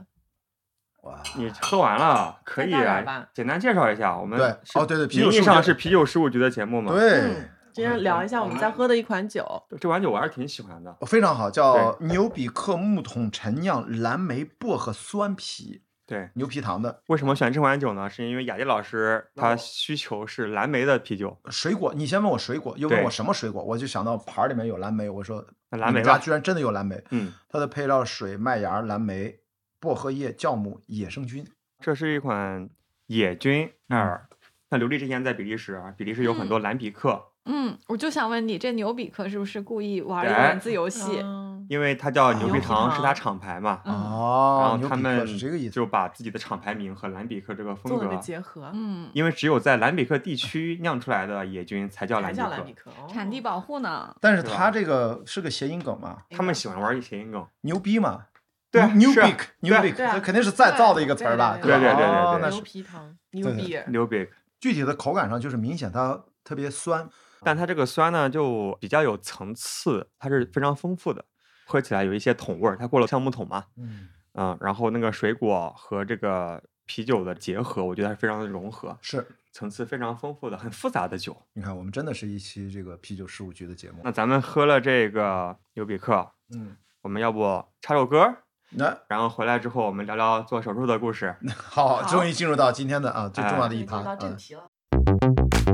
哇，
你喝完了，可以
再倒点
啊
吧。
简单介绍一下，我们
对
是
哦对对啤酒
名义
事务
上
局
是啤酒事务局的节目嘛。，
对
嗯，，今天聊一下我们在喝的一款酒，
这款酒我还是挺喜欢的。
非常好，叫牛比克木桶陈酿蓝莓薄荷酸啤
对，
牛皮糖的
为什么选这款酒呢？是因为雅迪老师
那我
他需求是蓝莓的啤酒，
水果。你先问我水果，又问
对
我什么水果，我就想到盘儿里面有蓝莓，我说
那蓝莓
你们家
吧。
居然真的有蓝莓。
嗯，
它的配料水、麦芽、蓝莓、薄荷叶、酵母、野生菌。
这是一款野菌艾
嗯
尔。那刘丽之前在比利时啊，比利时有很多蓝比克，
嗯，我就想问你，这牛比克是不是故意玩一个
哎
文字游戏？
嗯
因为它叫啊牛
牛
皮
皮
糖，啊是它
糖
厂牌嘛。
嗯
哦，
然
牛
后他
比
们
克是这个意思。
就把自己的厂牌名和蓝比克这个风
做了
格
个结合，
嗯，
因为只有在兰比克地区酿出来的野菌才叫兰
还
比
叫
克，
蓝比克，哦
产地保护呢？
但是
是吧
它这个是个谐音梗嘛，
他们喜欢玩谐音梗。
牛逼嘛，
对啊
牛
是啊
big 牛
对啊
big，
对啊
这肯定是再造的一个词儿吧？
对
吧？
对对对对
哦
对
那
牛
是
皮糖，牛
对
逼，
牛比克，
具体的口感上就是明显它特别酸，
但它这个酸呢就比较有层次，它是非常丰富的，喝起来有一些桶味儿，它过了橡木桶嘛，
嗯，
嗯，然后那个水果和这个啤酒的结合，我觉得它是非常的融合，
是。
层次非常丰富的，很复杂的酒。
你看，我们真的是一期这个啤酒事务局的节目
那。咱们喝了这个牛比克，
嗯，
我们要不插首歌，
那
然后回来之后我们聊聊做手术的故事。
好，
好哎
终于进入到今天的啊最重要的一
进入
趴
到。正
嗯
题了。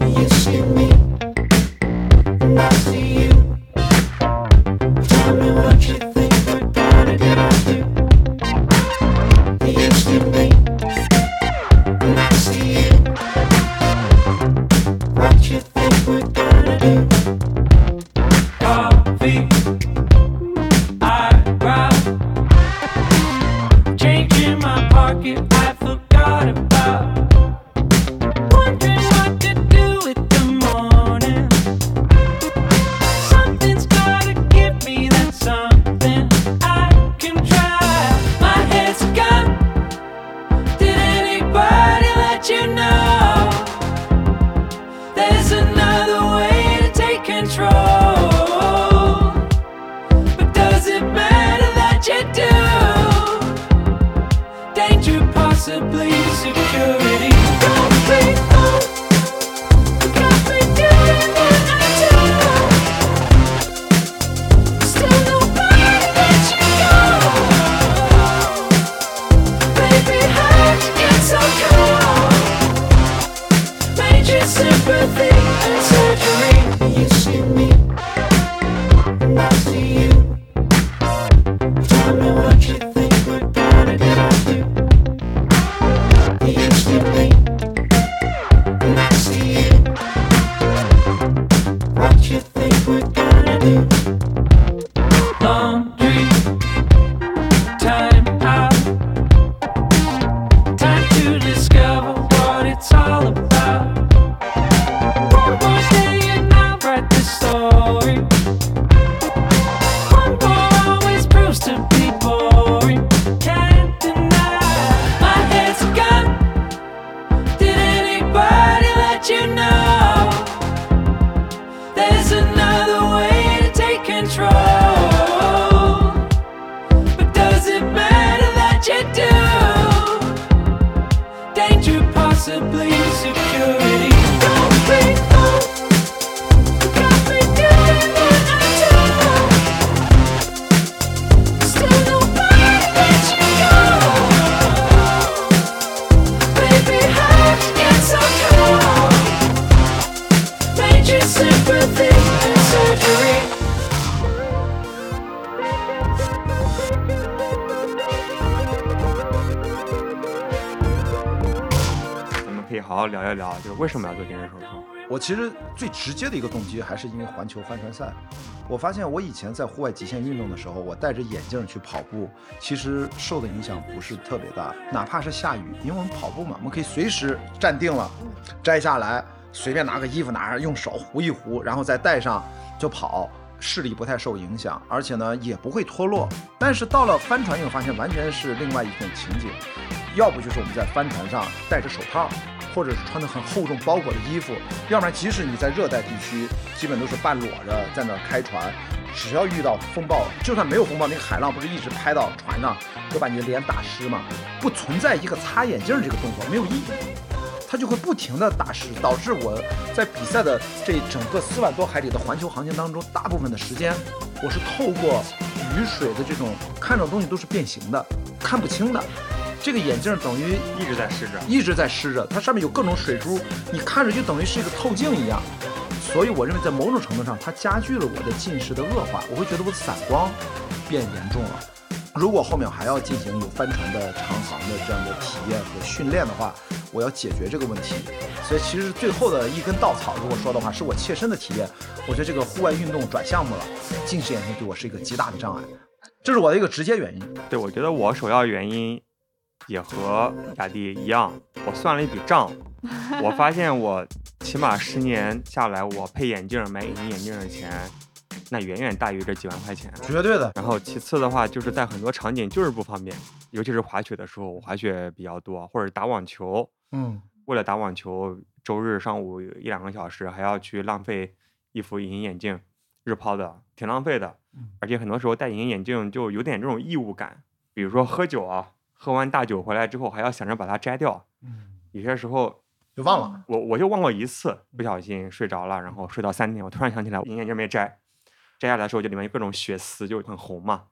You see me, and I see you. Tell me what you think we're gonna get up to. You see me, and I see you. What you think we're gonna do? Coffee, eyebrow, change in my pocket I forgot about. Wondering what to do with the morning. Something's gotta give me that something I can try. My head's gone. Did anybody let you know? There's another way to take control. But does it matter that you do? danger, possibly security. Don't be fooled. Got me doing what I do. Still nobody lets you go. Baby, how'd you get so cold? Major sympathy and surgery. You see me, and I see you. Tell me what you think we're gonna get up to. You see me, and I see you. What you think we're gonna do? Laundry, time out. Time to discover what it's all about. One day and I'll write the story. One more always proves to be boring.
以好好聊一聊，就是为什么要做近视手术？
我其实最直接的一个动机还是因为环球帆船赛。我发现我以前在户外极限运动的时候，我戴着眼镜去跑步，其实受的影响不是特别大。哪怕是下雨，因为我们跑步嘛，我们可以随时站定了，摘下来，随便拿个衣服拿上，用手糊一糊，然后再戴上就跑，视力不太受影响，而且呢也不会脱落。但是到了帆船，你会发现完全是另外一片情景。要不就是我们在帆船上戴着手套，或者是穿着很厚重包裹的衣服，要不然即使你在热带地区，基本都是半裸着在那儿开船。只要遇到风暴，就算没有风暴，那个海浪不是一直拍到船上，会把你的脸打湿吗？不存在一个擦眼镜儿这个动作，没有意义。它就会不停的打湿，导致我在比赛的这整个四万多海里的环球航行当中，大部分的时间我是透过雨水的这种看到的东西都是变形的，看不清的。这个眼镜等于
一直在试着。
一直在湿着，它上面有各种水珠，你看着就等于是一个透镜一样。所以我认为在某种程度上，它加剧了我的近视的恶化，我会觉得我的散光变严重了。如果后面还要进行有帆船的长航的这样的体验和训练的话，我要解决这个问题。所以其实最后的一根稻草，如果说的话，是我切身的体验。我觉得这个户外运动转项目了，近视眼镜对我是一个极大的障碍，这是我的一个直接原因。
对，我觉得我首要原因也和雅迪一样，我算了一笔账，我发现我起码十年下来，我配眼镜儿买隐形眼镜儿的钱，那远远大于这几万块钱。
绝对的，
然后其次的话，就是在很多场景就是不方便，尤其是滑雪的时候，我滑雪比较多，或者打网球，
嗯，
为了打网球，周日上午有一两个小时还要去浪费一副隐形眼镜，日抛的，挺浪费的。而且很多时候戴隐形眼镜就有点这种义务感，比如说喝酒啊，喝完大酒回来之后还要想着把它摘掉，有些时候
就忘了。
我我就忘过一次，不小心睡着了，然后睡到三点，我突然想起来隐形眼镜没摘，摘下来的时候就里面有各种血丝，就很红嘛，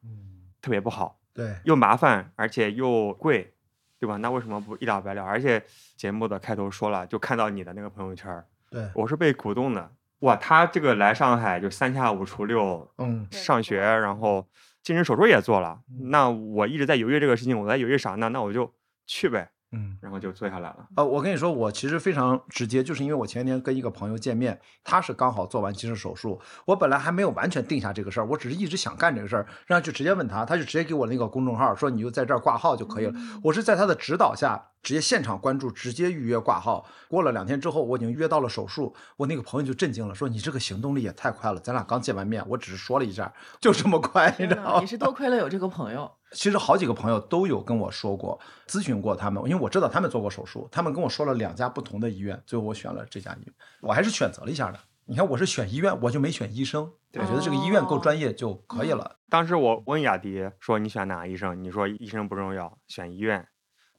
特别不好，
嗯对，
又麻烦，而且又贵，对吧？那为什么不一了百了？而且节目的开头说了，就看到你的那个朋友圈儿，
对，
我是被鼓动的。哇，他这个来上海就三下五除六，
嗯，
对嗯
上
对
学，然后近视手术也做了。那我一直在犹豫这个事情，我在犹豫啥呢？那我就去呗，
嗯。
然后就做下来了。
呃，我跟你说，我其实非常直接，就是因为我前天跟一个朋友见面，他是刚好做完近视手术，我本来还没有完全定下这个事儿，我只是一直想干这个事儿，然后就直接问他，他就直接给我那个公众号说你就在这儿挂号就可以了。我是在他的指导下，直接现场关注，直接预约挂号。过了两天之后，我已经约到了手术，我那个朋友就震惊了，说你这个行动力也太快了，咱俩刚见完面，我只是说了一下，就这么快，你
天
知
哪
道 吗
也？是多亏了有这个朋友。
其实好几个朋友都有跟我说过，咨询过他们，因为我知道他们做过手术，他们跟我说了两家不同的医院，最后我选了这家医院，我还是选择了一下的。你看，我是选医院，我就没选医生，我觉得这个医院够专业就可以了。
当时我问雅迪说：“你选哪个医生？”你说医生不重要，选医院。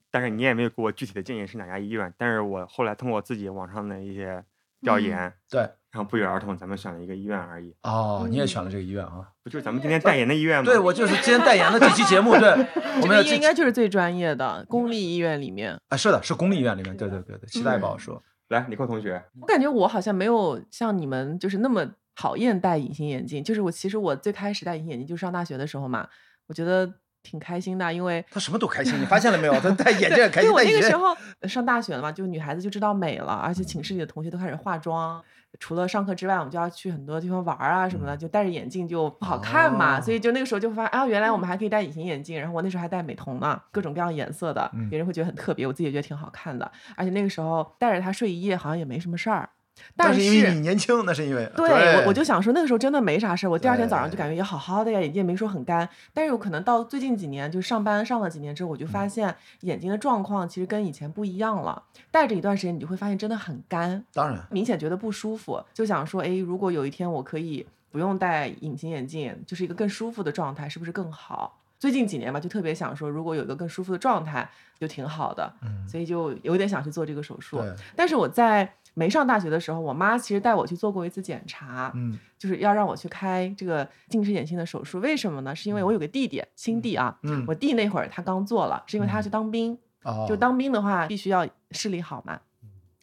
但是你也没有给我具体的建议是哪家医院。但是我后来通过自己网上的一些调
嗯
研，
对，
然后不约而同，咱们选了一个医院而已。
哦，你也选了这个医院啊？
不就是咱们今天代言的医院吗？
对，我就是今天代言的这期节目， 对，我
嗯这
们
个
要
医院
这
应该就是最专业的公立医院里面，
啊，是的，是公立医院里面，对对对对，期待
嗯
宝说，
来，李克同学，
我感觉我好像没有像你们就是那么讨厌戴隐形眼镜。就是我其实我最开始戴隐形眼镜就是上大学的时候嘛，我觉得挺开心的，因为
他什么都开心，你发现了没有？他戴
对
眼 镜也
对
开心，
我
戴
那
眼
个时
镜，
候上大学了嘛，就女孩子就知道美了，而且寝室里的同学都开始化妆。除了上课之外，我们就要去很多地方玩儿啊什么的，就戴着眼镜就不好看嘛，
嗯哦嗯
所以就那个时候就发现啊，原来我们还可以戴隐形眼镜，然后我那时候还戴美瞳呢，各种各样颜色的
嗯，
别人会觉得很特别，我自己也觉得挺好看的，而且那个时候戴着它睡一夜好像也没什么事儿，但
那是因为你年轻，那是因为
对我我就想说那个时候真的没啥事儿，我第二天早上就
对
感觉也好好的呀，眼睛也没说很干。但是有可能到最近几年，就是上班上了几年之后，我就
嗯
发现眼睛的状况其实跟以前不一样了。戴着一段时间，你就会发现真的很干，
当然
明显觉得不舒服，就想说，哎，如果有一天我可以不用戴隐形眼镜，就是一个更舒服的状态，是不是更好？最近几年吧，就特别想说，如果有一个更舒服的状态，就挺好的，所以就有点想去做这个手术
嗯对。，
但是我在没上大学的时候，我妈其实带我去做过一次检查，
嗯
就是要让我去开这个近视眼镜的手术。为什么呢？是因为我有个弟弟，亲弟啊，
嗯，
我弟那会儿他刚做了，是因为他要去当兵，
哦嗯
就 当兵的话必须要视力好嘛。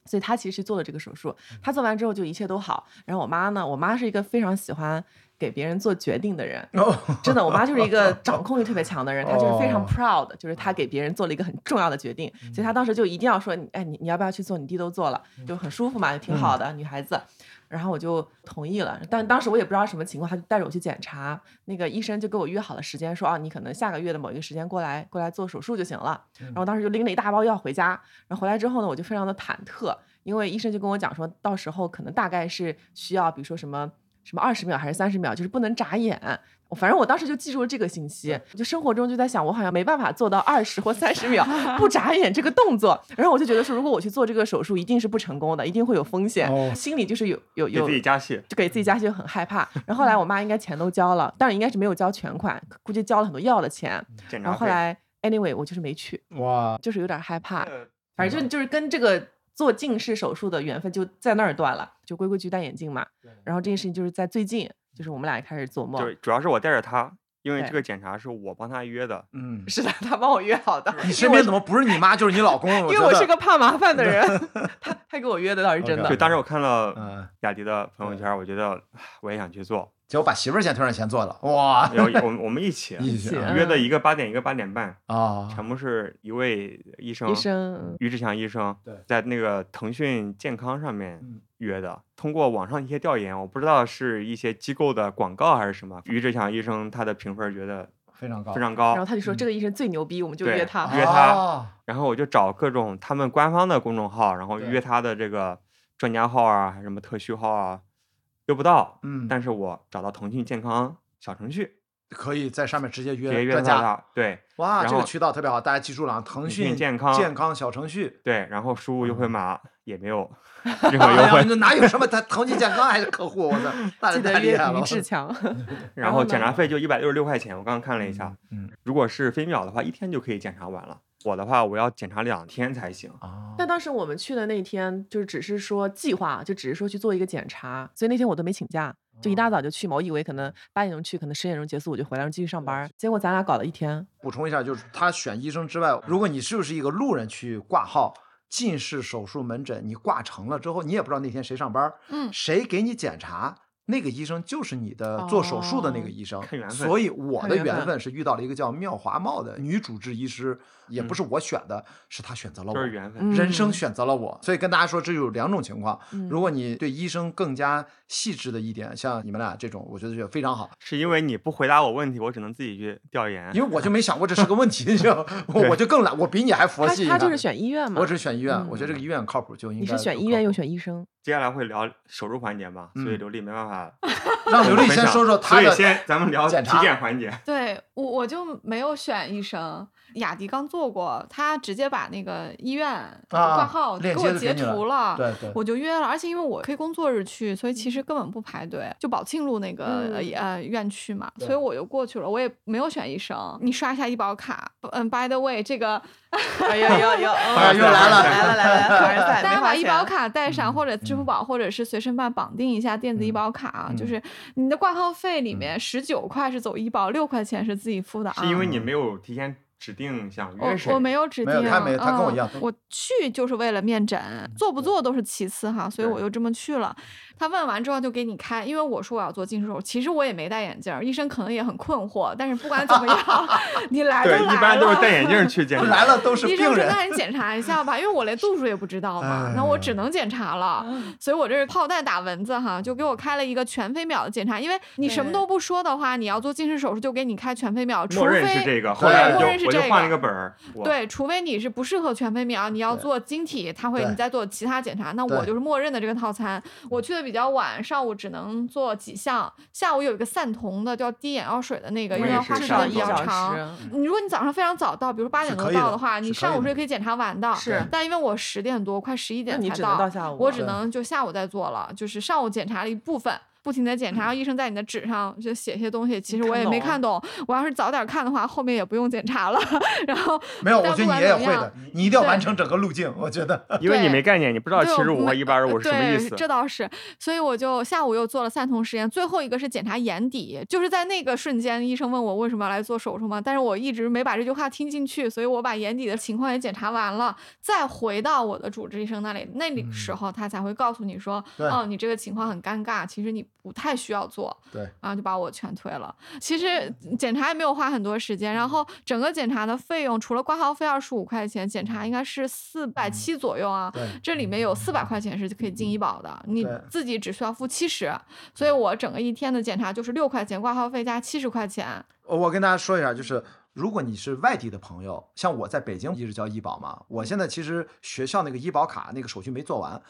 所以他其实做了这个手术，他做完之后就一切都好。然后我妈呢，我妈是一个非常喜欢给给别人做决定的人。
哦，
真的，我妈就是一个掌控欲特别强的人，她就是非常
哦
proud，就是她给别人做了一个很重要的决定，所以她当时就一定要说，你哎，你你要不要去做？你弟都做了，就很舒服嘛，也挺好的，女孩子。然后我就同意了，但当时我也不知道什么情况，她就带着我去检查，那个医生就给我约好了时间，说啊，你可能下个月的某一个时间过来过来做手术就行了。然后我当时就拎了一大包药回家，然后回来之后呢，我就非常的忐忑，因为医生就跟我讲说，到时候可能大概是需要，比如说什么什么二十秒还是三十秒，就是不能眨眼。我反正我当时就记住了这个信息，就生活中就在想，我好像没办法做到二十或三 十秒不眨眼这个动作。然后我就觉得说，如果我去做这个手术，一定是不成功的，一定会有风险，
哦
心里就是有有
给
有
自己加戏。
就给自己加戏就很害 怕。然后后来我妈应该钱都交了，但是应该是没有交全款，估计交了很多药的钱。
检
然
查
后后
费。
来 anyway 我就是没去，
哇，
就是有点害怕。
呃
反
嗯
正就就是跟这个做近视手术的缘分就在那儿断了，就规规矩矩戴眼镜嘛。然后这件事情就是在最近，就是我们俩也开始做梦
就。主要是我带着他，因为
对
这个检查是我帮他约的。
嗯，
是的，他帮我约好的。
你身边怎么不是你妈就是你老公？
因
我
为
觉
我
得
是个怕麻烦的 人，他他给我约的倒是真的
OK
对，当时我看了
嗯，
雅迪的朋友
对
圈，我觉 得唉我也想去做。
结果把媳妇儿先推上前座了，哇，
然后我们我们一起
一起
嗯
啊
约的一个八点，一个八点半，
啊，
全部是一位医生，
医生
于志强医生
对
在那个腾讯健康上面
嗯
约的。通过网上一些调研，我不知道是一些机构的广告还是什么，于志强医生他的评分觉得
非常高，
非
常
常高
然后。他就
嗯
说这个医生最牛逼，我们就
对
约他。
约他
哦
然后我就找各种他们官方的公众号，然后
对
约他的这个专家号啊，还是什么特需号啊，约不到。
嗯，
但是我找到腾讯健康小程序，
可以在上面直接
直接
约
约
专
到
家。
他。对
哇，
然
这个
后
渠道特别好，大家记住了啊！腾
腾讯
讯
健康
健康小程序，
对，然后输入
嗯
优惠码也没 有任何优
哎呀，
惠，
这哪有什么他腾讯健康还是客户？ 我操，那
记
人太
得
厉
约
害了！
于志强，
然后检查费就一百六十六块钱，我刚刚看了一下，
嗯，
如果是飞秒的话，一天就可以检查完了。我的话，我要检查两天才行。
啊，
但当时我们去的那天，就是只是说计划，就只是说去做一个检查，所以那天我都没请假，就
哦
一大早就去嘛。我以为可能八点钟去，可能十点钟结束，我就回来，然后继续上班儿。结果咱俩搞了一天，
补充一下，就是他选医生之外，如果你就是一个路人去挂号近视手术门诊，你挂成了之后，你也不知道那天谁上班，
嗯
谁给你检查。那个医生就是你的做手术的那个医生，
看缘分
所以我
哦看
的
缘分
缘分是遇到了一个叫妙华茂的女主治医师，也不是我选的，是她选择了
嗯
我，
就是缘分，
嗯
人生选择了我，所以跟大家说，这有两种情况。如果你对医生更加细致的一点，像你们俩这种，我觉得就非常好，
是因为你不回答我问题，我只能自己去调研。
因为我就没想过这是个问 题， 就我
对
我就更懒，我比你还佛
他他
系。你看
就是，选医院嘛，
我只选医院，
嗯
我觉得这个医院靠谱，就应该。
你是选医院又选医生，
接下来会聊手术环节嘛，所以
嗯
刘丽没办法
让
跟
刘
我
丽
分
先
享
说说她
所
的
以先咱们聊
检
体
查啊
检环节。
对我我就没有选医生，雅迪刚做过，他直接把那个医院挂号给
啊链
我
接就
截
给你
图了。
对对，
我就约了，而且因为我可以工作日去，所以其实根本不排队，就宝庆路那个、
嗯
呃院区嘛，
对
所以我就过去了，我也没有选医生。你刷一下医保卡，嗯，by the way，这个
哎呀呀 呀！
哎呀又来了
来了 来了，凡尔赛，
大
啊没
家把
花
医
钱
保卡带上，
嗯
或者支付宝，或者是随身办绑定一下电子医保卡啊，
嗯
就是你的挂号费里面十九块是走医保，六块钱是自己付的啊。
是因为你没有提前指定想约谁
哦我我没有指
没
定，
有他没有他跟我
嗯
一样
我去就是为了面诊，做不做都是其次哈，所以
对
我就这么去了。他问完之后就给你开，因为我说我要做近视手术，其实我也没戴眼镜儿，医生可能也很困惑，但是不管怎么样， 你来都
对，
来了，
一般都是戴眼镜去 检查。
来了都是
医
病
生说：“
人，
那你检查一下吧，因为我连度数也不知道嘛
哎，
那我只能检查了。所以我这是炮弹打蚊子哈，就给我开了一个全飞秒的检查，因为你什么都不说的话，你要做近视手术就给你开全飞秒，除
默认是
非。”
这个，后
对
来我
默
就
认
是我就
这
换了
个
一个本儿。我，
对，除非你是不适合全飞秒，你要
对
做晶体，他会
对
你再做其他检查。那
对
我就是默认的这个套餐。
嗯
我去的比较晚，上午只能做几项，下午有一个散瞳的，叫滴眼药水的那个，
我
因为
也
要
是
花
至
时
少
间比
一
较
小
长。
时，
你如果你早上非常早到，比如八点
是
多
可以
到
的
的话，你
是可
上
以
午
的
是可以检查完的。
是
但因为我十点多快十一
那
点
你
才
只能到
到，
下午啊，
我只
对
能就下午再做了。就是上午检查了一部分，不停的检查，医生在你的纸上就写一些东西，其实我也没
看
看懂。我要是早点看的话，后面也不用检查了。 然后
没有，我
但
觉得
不
你
管
也
怎么
会的
样，
你一定要
对
完成整个路径，我觉得。
因为你
对
没概念，你不知道
对
七十
我
五
没
和一百二十五是什么意
对
思。
这倒是，所以我就下午又做了散瞳实验，最后一个是检查眼底，就是在那个瞬间，医生问我为什么要来做手术嘛，但是我一直没把这句话听进去，所以我把眼底的情况也检查完了，再回到
嗯
我的主治医生那里，那里时候他才会告诉你说，
对
哦，你这个情况很尴尬，其实你不太需要做，
对，
然后就把我全推了。其实
嗯
检查也没有花很多时间，然后整个检查的费用除了挂号费二十五块钱，检查应该是四
嗯
百七左右啊。
对，
这里面有四百块钱是可以进医保的，你
对
自己只需要付七十，所以我整个一天的检查就是六块钱挂号费加七十块钱。
我跟大家说一下，就是如果你是外地的朋友，像我在北京一直交医保嘛，我现在其实学校那个医保卡那个手续没做完。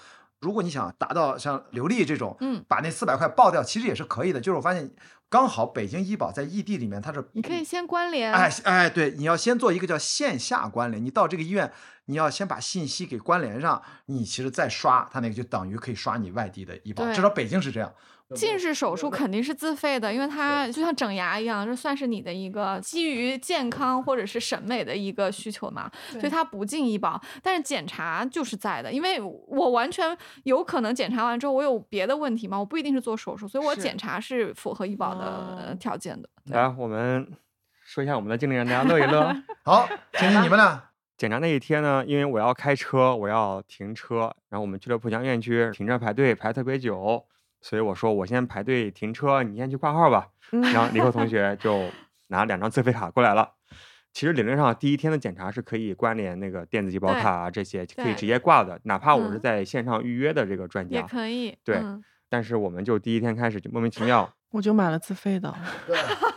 如果你想达到像刘丽这种，
嗯
把那四百块报掉，其实也是可以的。就是我发现，刚好北京医保在异地里面，它是
你可以先关联，
哎哎，对，你要先做一个叫线下关联，你到这个医院，你要先把信息给关联上，你其实再刷它那个就等于可以刷你外地的医保，
对
至少北京是这样。
近视手术肯定是自费的，因为它就像整牙一样，这算是你的一个基于健康或者是审美的一个需求嘛，所以
对
它不进医保。但是检查就是在的，因为我完全有可能检查完之后我有别的问题嘛，我不一定是做手术，所以我
是
检查是符合医保的呃
哦
条件的。
来，我们说一下我们的经历，让大家乐一 乐。
好，听听你们俩，
检查那一天呢，因为我要开车，我要停车，然后我们俱乐部江院区停车排队排特别久，所以我说我先排队停车，你先去挂号吧。
嗯
然后李克 同学就拿两张自费卡过来了。其实理论上第一天的检查是可以关联那个电子医保
对
卡啊这些，可以
对
直接挂的，哪怕我是
嗯
在线上预约的这个专
也
家。
可以，
对
嗯
但是我们就第一天开始就莫名其妙，
我就买了自费的，
对，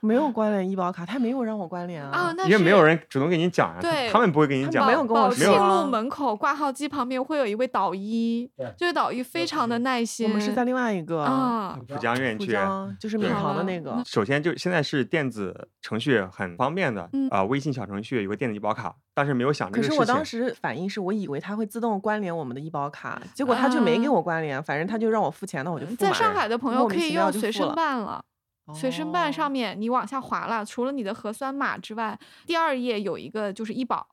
没有关联医保卡，他没有让我关联
啊，
啊。
那
因为没
是
有人主动给你讲呀、
对
他他们不会给你
他
讲
没
的，
有跟我
宝
说
信
啊
路门口挂号机旁边会有一位导医
对，
这位导医非常的耐心。
我们是在另外一个
嗯
啊，
浦江院
浦
区。
江，就是
对
闵行
哦
的那个，
首先就现在是电子程序很方便的，啊、
嗯
微信小程序有个电子医保卡，但是没有想这
可
个事
是
情。
我当时反应是我以为它会自动关联我们的医保卡，结果它就没给
啊嗯
我关联，反正它就让我付钱，那我就付
在
嘛
上海的朋友
莫
可
名
以
其妙
用
就
随
付
身
了
办了。随身办上
哦
面你往下滑了，除了你的核酸码之外，第二页有一个就是医保，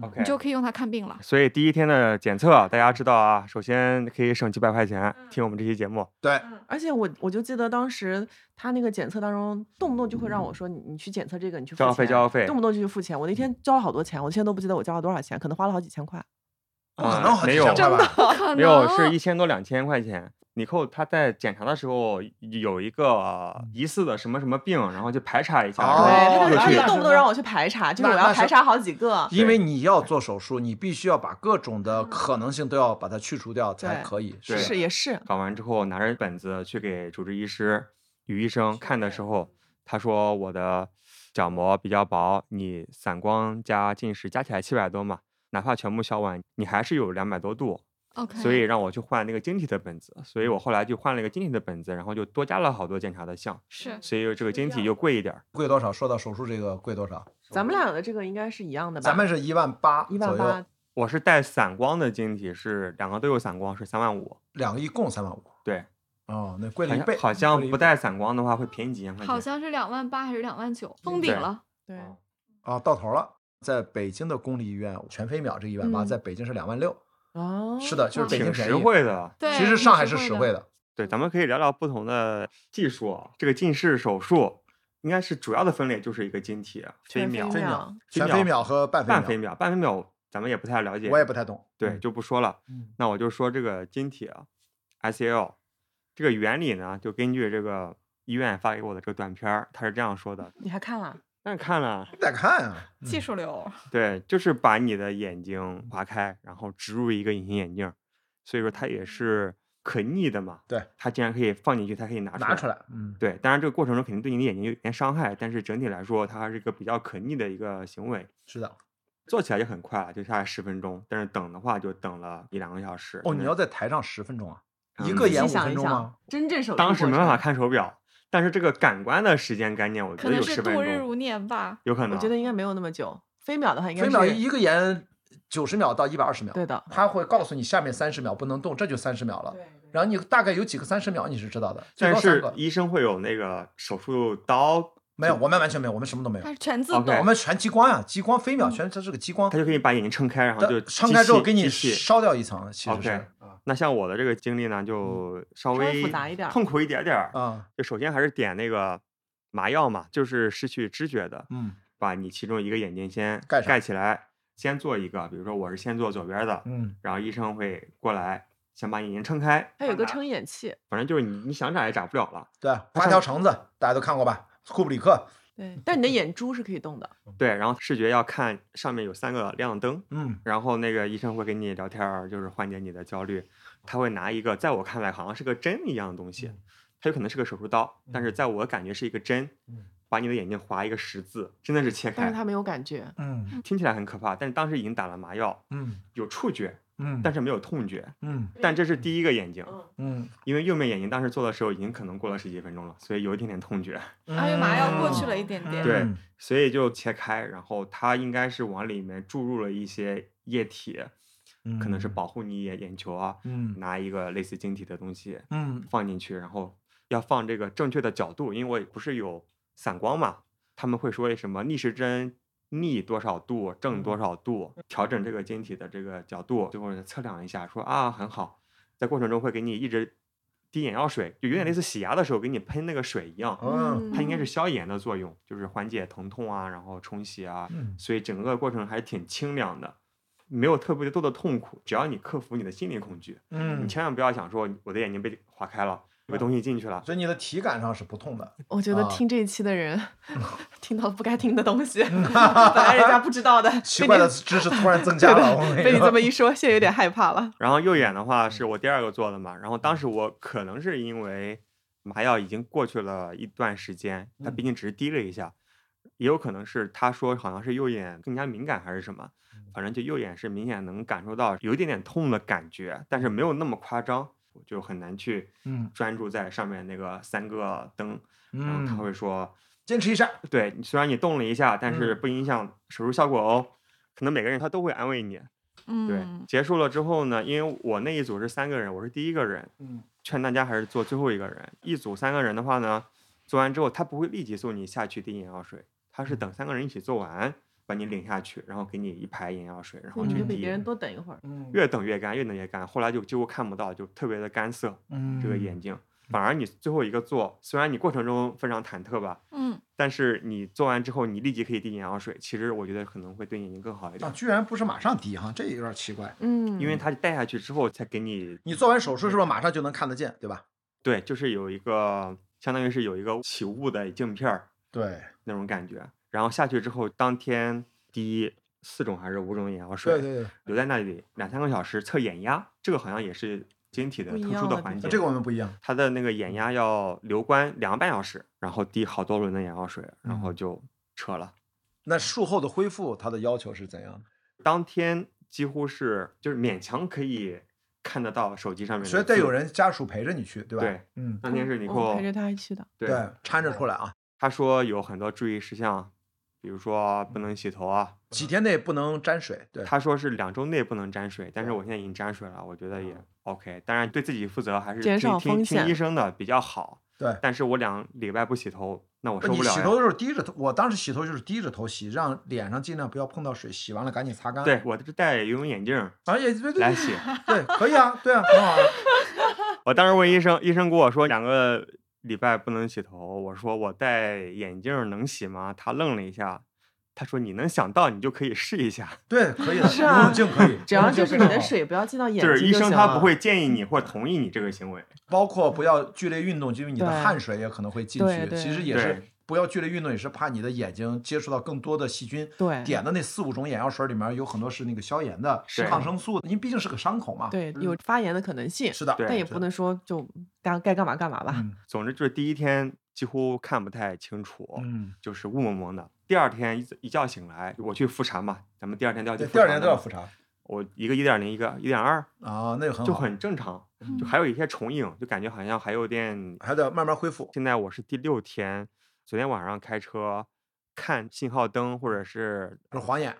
OK，
你就可以用它看病了。
所以第一天的检测，大家知道啊，首先可以省几百块钱，
嗯
听我们这期节目。
对，
而且我我就记得当时他那个检测当中，动不动就会让我说你你去检测这个，你去付
交号费
钱
交号费嗯
动不动就去付钱。我那天交了好多钱，我现在都不记得我交了多少钱，可能花了好几千块。
不可
啊
能好
没
几
有
千块吧？
不
嗯
可能，
没有，
哦
是一千多两千块钱。你扣他在检查的时候有一个疑似的什么什么病，然后就排查一下，
哦
然后
对，他
又
就
去
动不动让我去排查，就是
那
我
那
要
是
排查好几个。
因为你要做手术，你必须要把各种的可能性都要把它去除掉才
对
可以。
对
是也是，
搞完之后拿着本子去给主治医师于医生看的时候，他说我的角膜比较薄，你散光加近视加起来七百多嘛，哪怕全部消完，你还是有两百多 度，
OK，
所以让我去换那个晶体的本子，所以
嗯
我后来就换了一个晶体的本子，然后就多加了好多检查的项，
哎
是
所以这个晶体又贵一点儿。
贵多少？说到手术这个贵多少？
咱们俩的这个应该是一样的吧？
咱们是一万八
一
左
万
右
八，，
我是带散光的晶体，是两个都有散光，是三万五。
两个一共三万五。
对，
哦，那贵
好
了一
像
倍，
好
贵了
像
一
不
倍
带散光的话会便宜几千块
好
钱。
像是两万八还是两万九，封顶
对
了。
对，
哦
啊，到头了。在北京的公立医院，全飞秒这一万八，
嗯
在北京是两万六。
哦，
是的，就是北京
挺
便
实
宜。
惠的，
对，
其实
挺
上海是实惠
惠。
的。
对，咱们可以聊聊不同的技术
嗯
啊。这个近视手术应该是主要的分类就是一个晶体、啊飞
全
秒、
飞秒
全飞秒和半
半
飞
飞
秒，
秒、半飞秒，咱们也不太了解。
我也不太懂。
对，就不说了。
嗯
那我就说这个晶体啊，ICL 这个原理呢，就根据这个医院发给我的这个短片儿，它是这样说 的。
你还看了？
但是看了，
得看啊，
技术流，
对，就是把你的眼睛划开，然后植入一个隐形眼镜儿，所以说它也是可逆的嘛。
嗯对，
它既然可以放进去，它可以拿出
拿出来。嗯，
对，当然这个过程中肯定对你的眼睛有点伤害，但是整体来说，它还是一个比较可逆的一个行为。
是的。
做起来就很快啊了，就大概十分钟，但是等的话就等了一两个小时。
哦，你
嗯
要在台上十分钟啊，
嗯
一个
细
演五
想
分
一
钟
想
吗？，
真正手术
当时
过
没办法
程，
看手表，但是这个感官的时间概念，我觉
可
得
能
有
是
十分
度日
钟，
如年吧。
有可能。
我觉得应该没有那么久。飞秒的话应该
飞秒
是
一个演九十秒到一百二十秒，
对的，
他会告诉你下面三十秒不能动，这就三十秒了。然后你大概有几个三十秒你是知道的，最
但
多三
是
个。
医生会有那个手术刀，
没有，我们完全没有，我们什么都没有
它，是全自
OK
动
我们全激光呀，激光飞秒全这是个激光
他，就可以把眼睛撑开，然后就
它撑
机
开之后
器
给你
机器
烧掉一层，其实
OK 啊
是
那像我的这个经历呢，
嗯
就稍
稍
微
微复杂一点儿
痛苦一点点儿。
啊，
就首先还是点那个麻药嘛，就是失去知觉的，
嗯
把你其中一个眼睛先
盖上
盖起来，先做一个，比如说我是先做左边的，
嗯
然后医生会过来想把眼睛撑开。
它有个
把
撑眼器，
反正就是你你想眨也眨不了了。
对，八条橙子大家都看过吧？库布里克，
对，
嗯
但你的眼珠是可以动的。
对，然后视觉要看上面有三个亮灯，
嗯，
然后那个医生会跟你聊天儿，就是缓解你的焦虑。他会拿一个，在我看来好像是个针一样的东西，它有可能是个手术刀，但是在我感觉是一个针，
嗯
把你的眼睛划一个十字，真的是切
但是
开，
它没有感觉，
嗯
听起来很可怕，但是当时已经打了麻药，
嗯
有触觉，
嗯
但是没有痛觉。
嗯
但这是第一个眼睛，
嗯，
因为右面眼睛当时做的时候已经可能过了十几分钟了，所以有一点点痛觉，
阿姨麻药过去了一点点。
对
嗯
所以就切开，然后它应该是往里面注入了一些液体，可能是
嗯
保护你眼眼球啊，
嗯
拿一个类似晶体的东西
嗯
放进去，然后要放这个正确的角度，因为我不是有散光嘛，他们会说什么逆时针逆多少度，正多少度，调整这个晶体的这个角度，最后测量一下，说啊很好，在过程中会给你一直滴眼药水，就有点类似洗牙的时候给你喷那个水一样，
嗯
它应该是消炎的作用，就是缓解疼痛啊，然后冲洗啊，
嗯
所以整个过程还挺清凉的，没有特别多的痛苦。只要你克服你的心理恐惧，你
嗯，
千万不要想说我的眼睛被划开了，有个东西进去了。
所以你的体感上是不痛的，
我觉得
啊
听这一期的 人听到不该听的东西，本来人家不知道的，
奇
被
怪的
你
知识突然增加 了，我跟你
被你
说
这么一说，现在有点害怕了。
然后右眼的
嗯
话是我第二个做的嘛，然后当时我可能是因为麻药已经过去了一段时间，它
嗯
毕竟只是滴了一下，也有可能是他说好像是右眼更加敏感还是什么，
嗯
反正就右眼是明显能感受到有一点点痛的感觉，但是没有那么夸张，我就很难去
嗯
专注在上面那个三个灯，然后他
嗯，
会说。
坚持一下，
对，虽然你动了一下，但是
嗯
不影响手术效果哦。可能每个人他都会安慰你。对，
嗯，
结束了之后呢，因为我那一组是三个人，我是第一个人，
嗯
劝大家还是做最后一个人。一组三个人的话呢，做完之后他不会立即送你下去滴眼药水，他是等三个人一起做完，把你领下去，然后给你一排眼药水，然后
你
去
嗯就比别
滴。
人多等一会儿。
嗯
越等越干，越等越干，后来就几乎看不到，就特别的干涩，
嗯
这个眼睛。反而你最后一个做，虽然你过程中非常忐忑吧，
嗯，
但是你做完之后，你立即可以滴眼药水，其实我觉得可能会对眼睛更好一
啊，
点，
居然不是马上滴哈，这有点奇怪。
嗯，
因为它戴下去之后才给你，
你做完手术是不是马上就能看得见，对吧？
对，就是有一个相当于是有一个起雾的镜片儿
对，
那种感觉，然后下去之后，当天滴四种还是五种眼药水，
对对
留在那里两三个小时测眼压，这个好像也是晶体的
不一
特
样
殊的
了
环
对
节，
对，这个我嗯们不一样。
它的那个眼压要留观两个半小时，然后滴好多轮的眼药水，然
嗯
后就撤了。
那术后的恢复，它的要求是怎样的？
当天几乎是就是勉强可以看得到手机上面的字，
所以得有人家属陪着你去，对吧？
对，
嗯，
当天是你给
我
我
陪着他去的。
对
搀着出来啊，
他说有很多注意事项，比如说不能洗头啊，
几天内不能沾水。对，
他说是两周内不能沾水，但是我现在已经沾水了，我觉得也
嗯
OK，当然对自己负责还是
减
听
少
听
风
听医
险
生的比较好。
对
但是我两礼拜不洗头，那我受
你
不了
洗
呀
头的时候低着头，我当时洗头就是低着头洗，让脸上尽量不要碰到水，洗完了赶紧擦干。
对，我是戴游泳眼镜 儿
啊也对对
来
对
洗。
对，可以啊，对啊，很好啊。
我当时问医生，医生跟我说两个礼拜不能洗头。我说我戴眼镜儿能洗吗？他愣了一下，他说你能想到你就可以试一下。
对，可以的，
是啊
游泳镜可以，
只要
游泳镜
就是你
非常
的
好，
水不要进到眼睛
就是医
就
生
行
他不
了
会建议你
嗯
或同意你这个行为。
包括不要剧烈运动，因为你的
对
汗水也可能会进
对
去。
对
其实也是
对
不要剧烈运动，也是怕你的眼睛接触到更多的细菌。
对
点的那四五种眼药水里面有很多是那个消炎的、
是
抗生素的，因为毕竟是个伤口嘛。
对有发炎的可能性，
是的，
对
但也
是
不
的
能说就该该干嘛干嘛吧。
嗯
总之就是第一天几乎看不太清楚，
嗯，
就是雾蒙蒙的。第二天一一觉醒来，我去复查嘛，咱们第二天都要去
对，
复
第二
查
年
的
都要
嘛
复查
我一个一点零，一个一点二，
啊，那就很
就
好，
很正常，就还有一些重影，就感觉好像还有点
还得慢慢恢复。
现在我是第六天，昨天晚上开车看信号灯，或者是
是黄眼，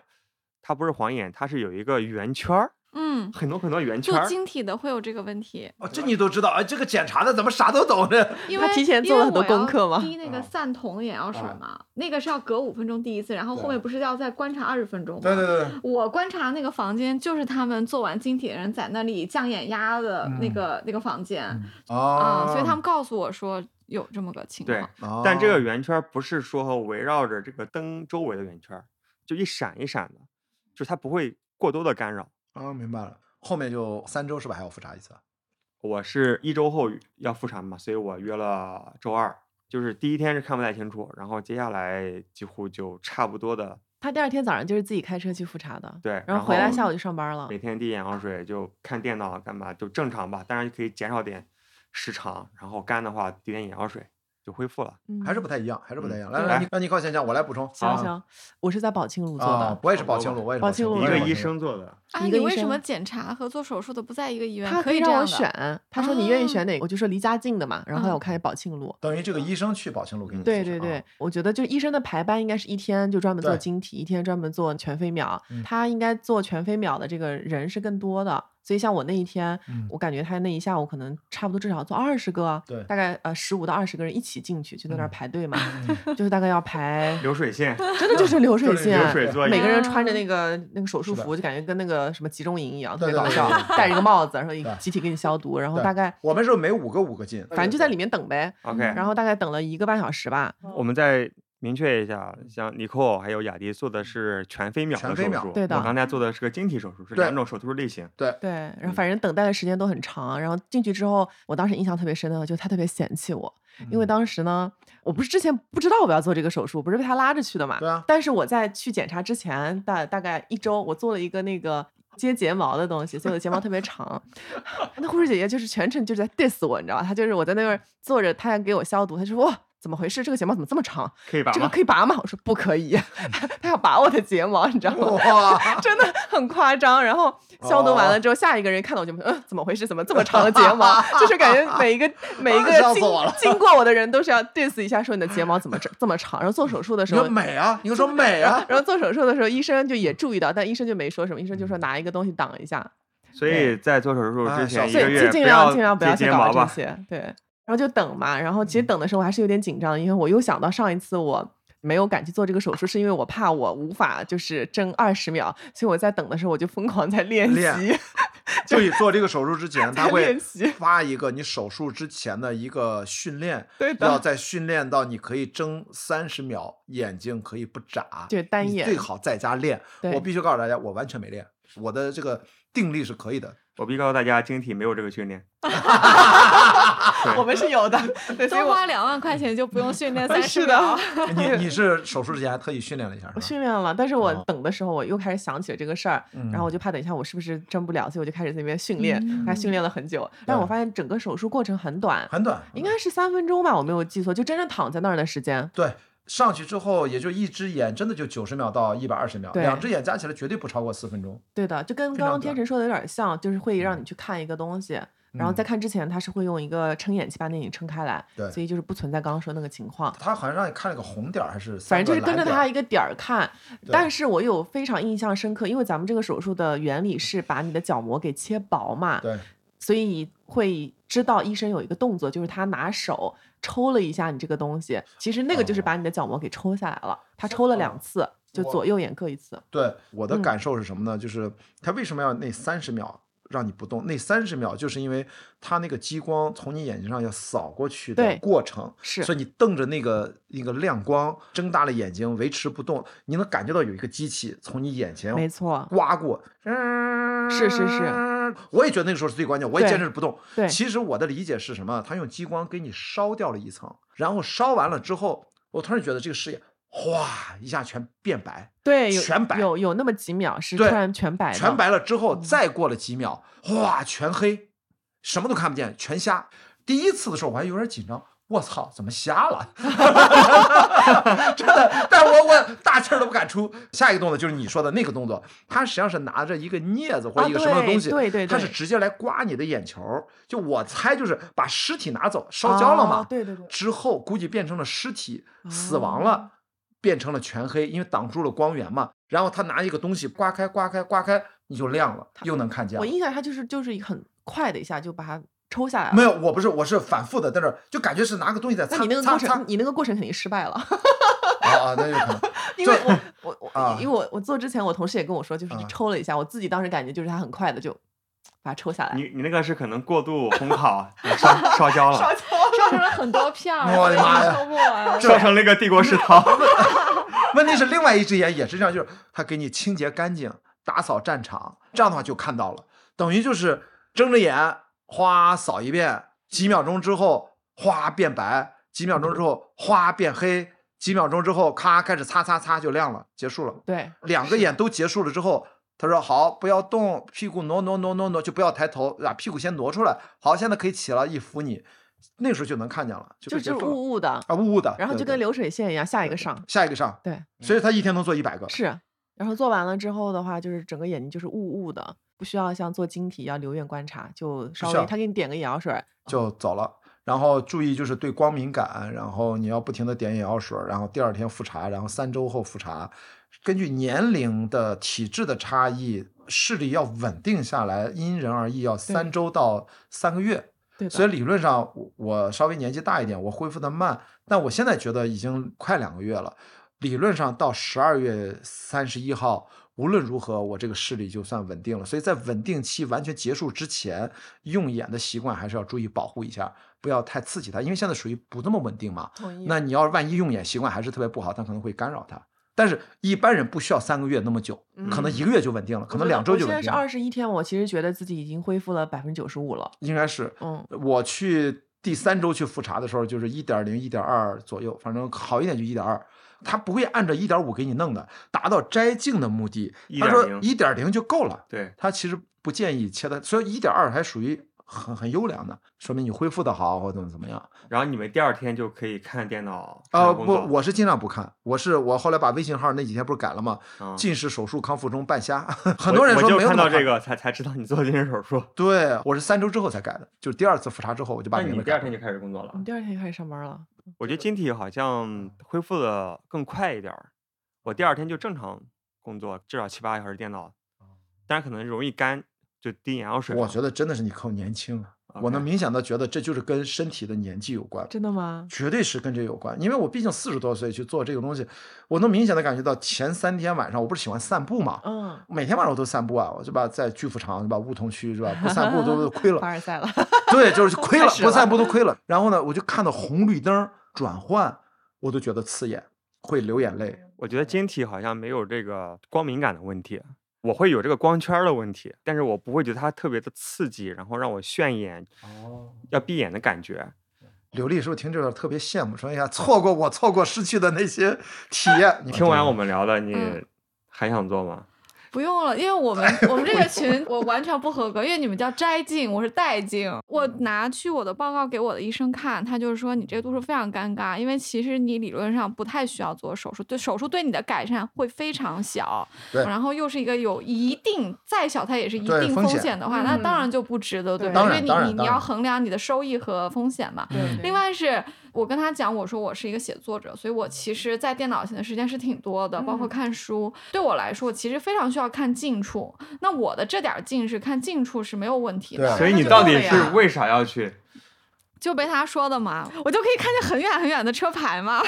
它不是晃眼，它是有一个圆圈儿，
嗯，
很多很多圆圈
做
儿。
晶体的会有这个问题，
哦，这你都知道啊？这个检查的怎么啥都懂呢？
因
他
为
提前做了很多功课吗啊
因为我要滴那
啊
个散瞳眼药水嘛，那个是要隔五分钟滴一次，然后后面不是要再观察二十分钟吗？
对对对，
我观察那个房间，就是他们做完晶体的人在那里降眼压的那
嗯
个、那个房间
哦
啊，，所以他们告诉我说有这么个情
对
况。，
哦，
但这个圆圈儿不是说围绕着这个灯周围的圆圈儿，就一闪一闪的，就是它不会过多的干扰。
啊，明白了。后面就三周是吧？还要复查一次？啊
我是一周后要复查嘛，所以我约了周二，就是第一天是看不太清楚，然后接下来几乎就差不多的
他第二天早上就是自己开车去复查的，
对，
然后回来下午就上班了
每。天滴眼药水就看电脑干嘛，就正常吧，当然可以减少点时长，然后干的话滴点眼药水就恢复了。
嗯
还是不太一样，还是不太一样。来
对
来，你让你靠前讲，我来补充。
行
啊
行，我是在宝庆路做
啊
的，，
我也是
差
宝
不
庆
多
路，
吧
我也是
宝
庆
庆路
一
我
个
是
也是
医
吧
宝庆路
生做的，
啊，
一
你
个医
为什
生
么检查和做手术的不在一个医院？
他
可
可
以
以
这
让我
样的
选，，他说你愿
啊
意选哪个，我就说离家近的嘛，然后
嗯
让我看宝庆路。
等于这个医生去宝庆路给你
对
做
对
事
对，
啊
我觉得就医生的排班应该是一天就专门做
对
晶体，一天专门做全飞秒。
嗯
他应该做全飞秒的这个人是更多的，所以像我那一天，
嗯
我感觉他那一下午可能差不多至少做二十个，
对
大概呃十五到二十个人一起进去，就在那儿
嗯
排队嘛，就是大概要排
流水 线
真的就是流水
就是
线，
流水作
每
业
个人
啊
穿着那个那个手术
是的
服，就感觉跟那个什么集中营一样，特
对
别搞
对对
笑
对，对
戴着个帽子，然后一
对
集体给你消毒，然后
对
大概
我们是每五个五个进，
反正就在里面等呗，
，OK，
然后大概等了一个半小时吧。
我们再明确一下，像尼寇还有雅迪做的是全飞秒
全
的
飞
手
秒
术，
对的
我刚才做的是个晶体手术，是
对
两种手术类型。
对，
对，然后
嗯
反正等待的时间都很长，然后进去之后，我当时印象特别深的，就他特别嫌弃我，因为
嗯
当时呢，我不是之前不知道我要做这个手术，不是被他拉着去的嘛。
对啊
但是我在去检查之前大大概一周，我做了一个那个接睫毛的东西，所以我的睫毛特别长。 那护士姐姐就是全程就是在 diss 我，你知道吧？她就是我在那边坐着，她还给我消毒，她说哇。怎么回事？这个睫毛怎么这么长？
可以拔
这个
吗？
可以拔吗？我说不可 以，她要拔我的睫毛，你知道吗？
哇，
真的很夸张。然后消毒完了之后，下一个人看到我就，嗯，怎么回事？怎么这么长的睫 毛？就是感觉每一个每一个
笑死
经
我了
经过我的人都是要 diss 一下，说你的睫毛怎么这这么长。然后做手术的
你
时候
说。美啊，你说美 啊，
然后做手术的时候，医生就也注意到，但医生就没说什么，医生就说拿一个东西挡一下，
所以在做手术
哎
之前
小
一
所
个
以
月
尽尽量尽量不
接
要去
睫
搞
毛
这
吧。
些，对。然后就等嘛，然后其实等的时候我还是有点紧张，因为我又想到上一次我没有敢去做这个手术，是因为我怕我无法就是争二十秒，所以我在等的时候我就疯狂在练习，
练就以做这个手术之前，他
在
会
练习
发一个你手术之前的一个训练，
对的
要在训练到你可以睁三十秒，眼睛可以不眨，
就是单
你
眼
最好在家练。
对
我必须告诉大家，我完全没练，我的这个定力是可 以的。
我必须告诉大家，晶体没有这个训练。对
我们是有的，对，所以
多
我哎
花两万块钱就不用训 练三十
是的
秒。
你你是手术之前还特意训练了一下
我
是吧？
训练了，但是我
哦
等的时候我又开始想起了这个事儿，
嗯
然后我就怕等一下我是不是争不了，所以我就开始在那边训练，还
嗯
训练了很久，但我发现整个手术过程很短，
很短，
应该是三分钟吧，我没有记错，就真正躺在那儿的时间。
对。上去之后，也就一只眼，真的就九十秒到一百二十秒，
对
两只眼加起来绝对不超过四分钟。
对的，就跟
非
刚
常
刚天
短嗯
成说的有点像，就是会让你去看一个东西，然后在看之前，他是会用一个撑眼器把那眼撑开来，
对
所以就是不存在刚刚说那个情况。
他好像让你看了个红点儿，还是
反
三
正就是
个
跟着
蓝点
他
儿
一个点儿看，
对
但是我有非常印象深刻，因为咱们这个手术的原理是把你的角膜给切薄嘛，
对，
所以会知道医生有一个动作，就是他拿手抽了一下你这个东西，其实那个就是
哦
把你的角膜给抽下来了，他抽了两次，就
我
左右眼各一次。
对，我的
嗯
感受是什么呢？就是它为什么要那三十秒让你不动？那三十秒就是因为它那个激光从你眼睛上要扫过去
对
的过程，
是
所以你瞪着那个那个亮光，睁大了眼睛维持不动，你能感觉到有一个机器从你眼前
没错，
刮过，
是是是，
我也觉得那个时候是最关键，我也
对
坚持不动。
对
其实我的理解是什么？他用激光给你烧掉了一层，然后烧完了之后，我突然觉得这个视野哗一下全变白。
对，有
全白
有有那么几秒是突
对
然全白的，嗯
全白了之后，再过了几秒，哇，全黑，什么都看不见，全瞎。第一次的时候我还有点紧张，我操，怎么瞎了？ 真的，但我我大气儿都不敢出。下一个动作就是你说的那个动作，他实际上是拿着一个镊子或者
啊
一个什么
对
东西，
对对对
他是直接来刮你的眼球儿。就我猜就是把尸体拿走，烧焦了嘛，
哦对对对
之后估计变成了尸体，死亡
哦
了，变成了全黑，因为挡住了光源嘛。然后他拿一个东西刮开、刮开、刮开，你就亮了，又能看见
我
了。
印象他就是就是很快的一下就把它抽下来了。
没有，我不是，我是反复的在那儿，就感觉是拿个东西在
那
擦
你那个
擦
过
擦
程，你那个过程肯定失败 了，
啊啊，那有可能。
因为
就
我 我我、
啊
因为我我做之前，我同事也跟我说，就是
啊
抽了一下，我自己当时感觉就是它很快的就把它抽下来，
你你那个是可能过度烘 烤，你烧烧焦了，
烧焦了。
烧成了很多片儿，
我的妈呀
收不完。
烧成了一个帝国 食堂。
问题是另外一只眼也是这样，就是他给你清洁干净，打扫战场，这样的话就看到了。等于就是睁着眼哗扫一遍，几秒钟之后哗变白，几秒钟之后哗变黑，几秒钟之后咔开始擦擦擦就亮了，结束了。
对，
两个眼都结束了之后，他说好，不要动，屁股挪挪挪挪挪，就不要抬头，把屁股先挪出来。好，现在可以起了，一扶你，那时候就能看见了，就
就
就
就是
结束了
雾雾的，
啊，雾雾的，
然后
对
就跟嗯
对
流水线一样，下一个上。
下一个上，
对，
所以他一天能做一百个，
是。然后做完了之后的话，就是整个眼睛就是雾雾的，不需要像做晶体要留院观察，就稍
需要
微他给你点个眼药水儿，
就走了。然后注意就是对光敏感，然后你要不停的点眼药水，然后第二天复查，然后三周后复查。根据年龄的体质的差异，视力要稳定下来，因人而异，要三周到三个月。
对
所以
的，
理论上，我我稍微年纪大一点，我恢复的慢，但我现在觉得已经快两个月了。理论上到十二月三十一号，无论如何，我这个视力就算稳定了。所以在稳定期完全结束之前，用眼的习惯还是要注意保护一下，不要太刺激它，因为现在属于不那么稳定嘛。
同意。
那你要万一用眼习惯还是特别不好，它可能会干扰它。但是一般人不需要三个月那么久，可能一个月就稳定了，可
嗯我觉
能
得
两周
我
就
现在
稳
是
定了，
二十一天，我其实觉得自己已经恢复了百分之九十五了。
应该是。
嗯，
我去第三周去复查的时候，就是一点零、一点二左右，反正好一点就一点二。他不会按照一点五给你弄的，达到摘镜的目的。他说
1.0
一点零就够了，
对，
他其实不建议切的，所以一点二还属于很很优良的，说明你恢复的好或怎么怎么样。
然后你们第二天就可以看电脑
啊、
看工
不，
作
我是尽量不看，我是我后来把微信号那几天不是改了吗？
啊
近视手术康复中半瞎，
我
很多人
我
说
就
没有
看
那么
到这
看，
个才才知道你做近视手 术，
对我是三周之后才改的，就是第二次复查之后我就把
那
名
你
字
第二
改了。
天就开始工作了
嗯
我。们第二天就开始上班了。
我觉得晶体好像恢复的更快一点儿，我第二天就正常工作，至少七八个小时电脑，但是可能容易干，就滴眼药水
我
了。
觉得真的是你扣年轻啊了。我能
OK
明显的觉得这就是跟身体的年纪有关，
真的吗？
绝对是跟这有关。因为我毕竟四十多岁去做这个东西，我能明显的感觉到前三天晚上，我不是喜欢散步嘛，
嗯，
每天晚上我都散步啊，我就把在巨富场，就把梧桐区是吧，不散步 都亏
凡
了，
尔赛了。
对， 就是亏了
开，始
不
了
散步都亏了。然后呢，我就看到红绿灯转换，我都觉得刺眼，会流眼泪。
我觉得晶体好像没有这个光敏感的问题，我会有这个光圈儿的问题，但是我不会觉得它特别的刺激，然后让我炫眼
哦，
要闭眼的感觉。
刘丽是不是听这段特别羡慕？说哎呀，错过我错过失去的那些体验。你
听完我们聊的，你
嗯
还想做吗？
不用了，因为 我们我们这个群我完全不合格，因为你们叫摘镜，我是戴镜。我
嗯
拿去我的报告给我的医生看，他就是说你这个度数非常尴尬，因为其实你理论上不太需要做手术，对手术对你的改善会非常小。
对
然后又是一个有一定再小它也是一
对
定
风
风
险
险的话，那
嗯
当然就不值得，对吧？
当
因
然
为你
当然
你你
当
要
然
衡量你的收益和风险嘛。
嗯
对
另，外是我跟他讲，我说我是一个写作者，所以我其实，在电脑前的时间是挺多的，包括
嗯
看书。对我来说，其实非常需要看近处。那我的这点儿近视，看近处是没有问题
对
的。
啊
所以
那
你
就
到
够
底
了
是
呀
为啥要去？
就被他说的嘛，我就可以看见很远很远的车牌嘛，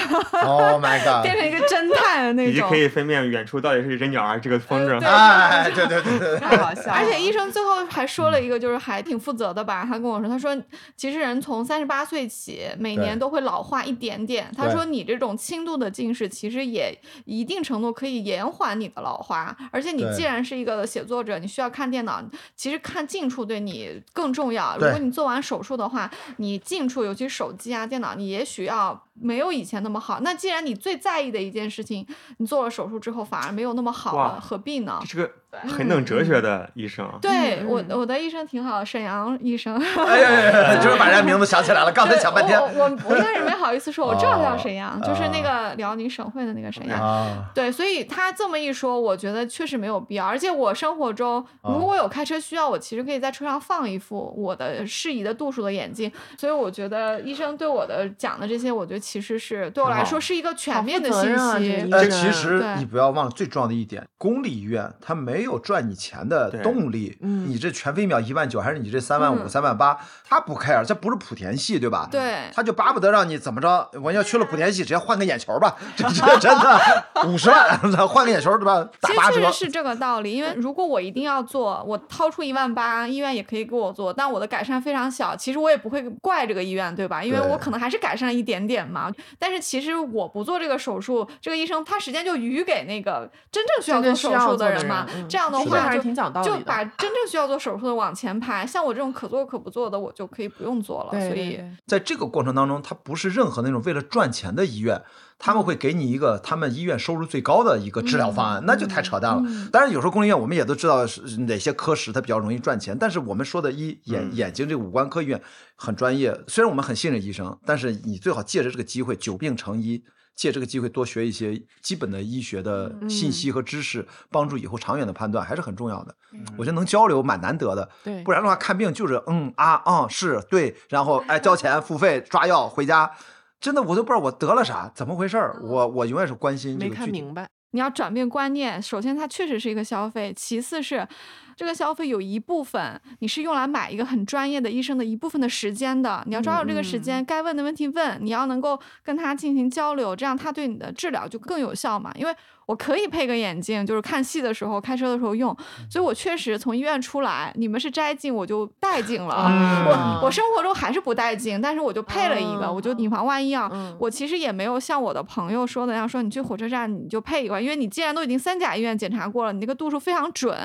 ，Oh my god，
变成一个侦探的那
以及
种
可。以分辨远处到底是一只鸟儿还是这个风筝。
对
哎，对对对对，
太好笑了。
而且医生最后还说了一个，就是还挺负责的吧。他跟我说，他说其实人从三十八岁起，每
对
年都会老化一点点。他
对
说你这种轻度的近视，其实也一定程度可以延缓你的老化。而且你
对
既然是一个写作者，你需要看电脑，其实看近处对你更重要。如
对
果你做完手术的话，你近处，尤其手机啊、电脑，你也许要没有以前那么好。那既然你最在意的一件事情，你做了手术之后反而没有那么好
哇
了，何必呢？
这是个很懂哲学的医生啊。
对
嗯
我
嗯
我的医生挺好，沈阳医生。
哎呀呀呀，就是把人家名字想起来了，刚才想半天
我我我一开始没好意思说，我知道他叫沈阳，
哦
就是那个辽宁省会的那个沈阳。
啊，
对，所以他这么一说，我觉得确实没有必要。而且我生活中，
哦
如果我有开车需要，我其实可以在车上放一副我的适宜的度数的眼镜。所以我觉得医生对我的讲的这些，我觉得其实是对我来说是一个全面的
好负责
信
任啊这个
息
医。是
呃，其实
对
你不要忘了最重要的一点，公立医院它没有赚你钱的
对
动力，
嗯
你这全飞秒一万九，还是你这三万五、
嗯
三万八，他不 care，这不是莆田系对吧？。
对，
他就巴不得让你怎么着，我要去了莆田系，直接换个眼球吧，这这真的五十万，换个眼球对吧？打
其实
八
确
折
实，是这个道理，因为如果我一定要做，我掏出一万八，医院也可以给我做，但我的改善非常小，其实我也不会怪这个医院，对吧？因为
对
我可能还是改善了一点点嘛。但是其实我不做这个手术，这个医生他时间就余给那个真正需要
真
做
正需
手
要
术
做的
人嘛。
人嗯
这样的
是
的
话
还
就是
挺讲道理
就
的
把真正需要做手术的往前排，像我这种可做可不做的，我就可以不用做了。
对
所
对
以
对
在这个过程当中，它不是任何那种为了赚钱的医院，他们会给你一个他们医院收入最高的一个治疗方案，那就太扯淡了。当然，有时候公立医院我们也都知道是哪些科室它比较容易赚钱，但是我们说的医眼
嗯
眼睛这个五官科医院很专业，虽然我们很信任医生，但是你最好借着这个机会久病成医。借这个机会多学一些基本的医学的信息和知识，帮助以后长远的判断还是很重要的。我觉得能交流蛮难得的，
对
不然的话，看病就是嗯啊嗯是对，然后哎交钱付费抓药回家，真的我都不知道我得了啥，怎么回事儿。我我永远是关心
嗯
这
没
个
看
具体。
明白，
你要转变观念，首先它确实是一个消费，其次是这个消费有一部分你是用来买一个很专业的医生的一部分的时间的，你要抓住这个时间，该问的问题问，你要能够跟他进行交流，这样他对你的治疗就更有效嘛。因为我可以配个眼镜，就是看戏的时候、开车的时候用，所以我确实从医院出来，你们是摘镜，我就戴镜了。
嗯
啊
我我生活中还是不戴镜，但是我就配了一个，
哦
我就以防万一啊。
嗯
我其实也没有像我的朋友说的那样，说你去火车站你就配一个，因为你既然都已经三甲医院检查过了，你那个度数非常准。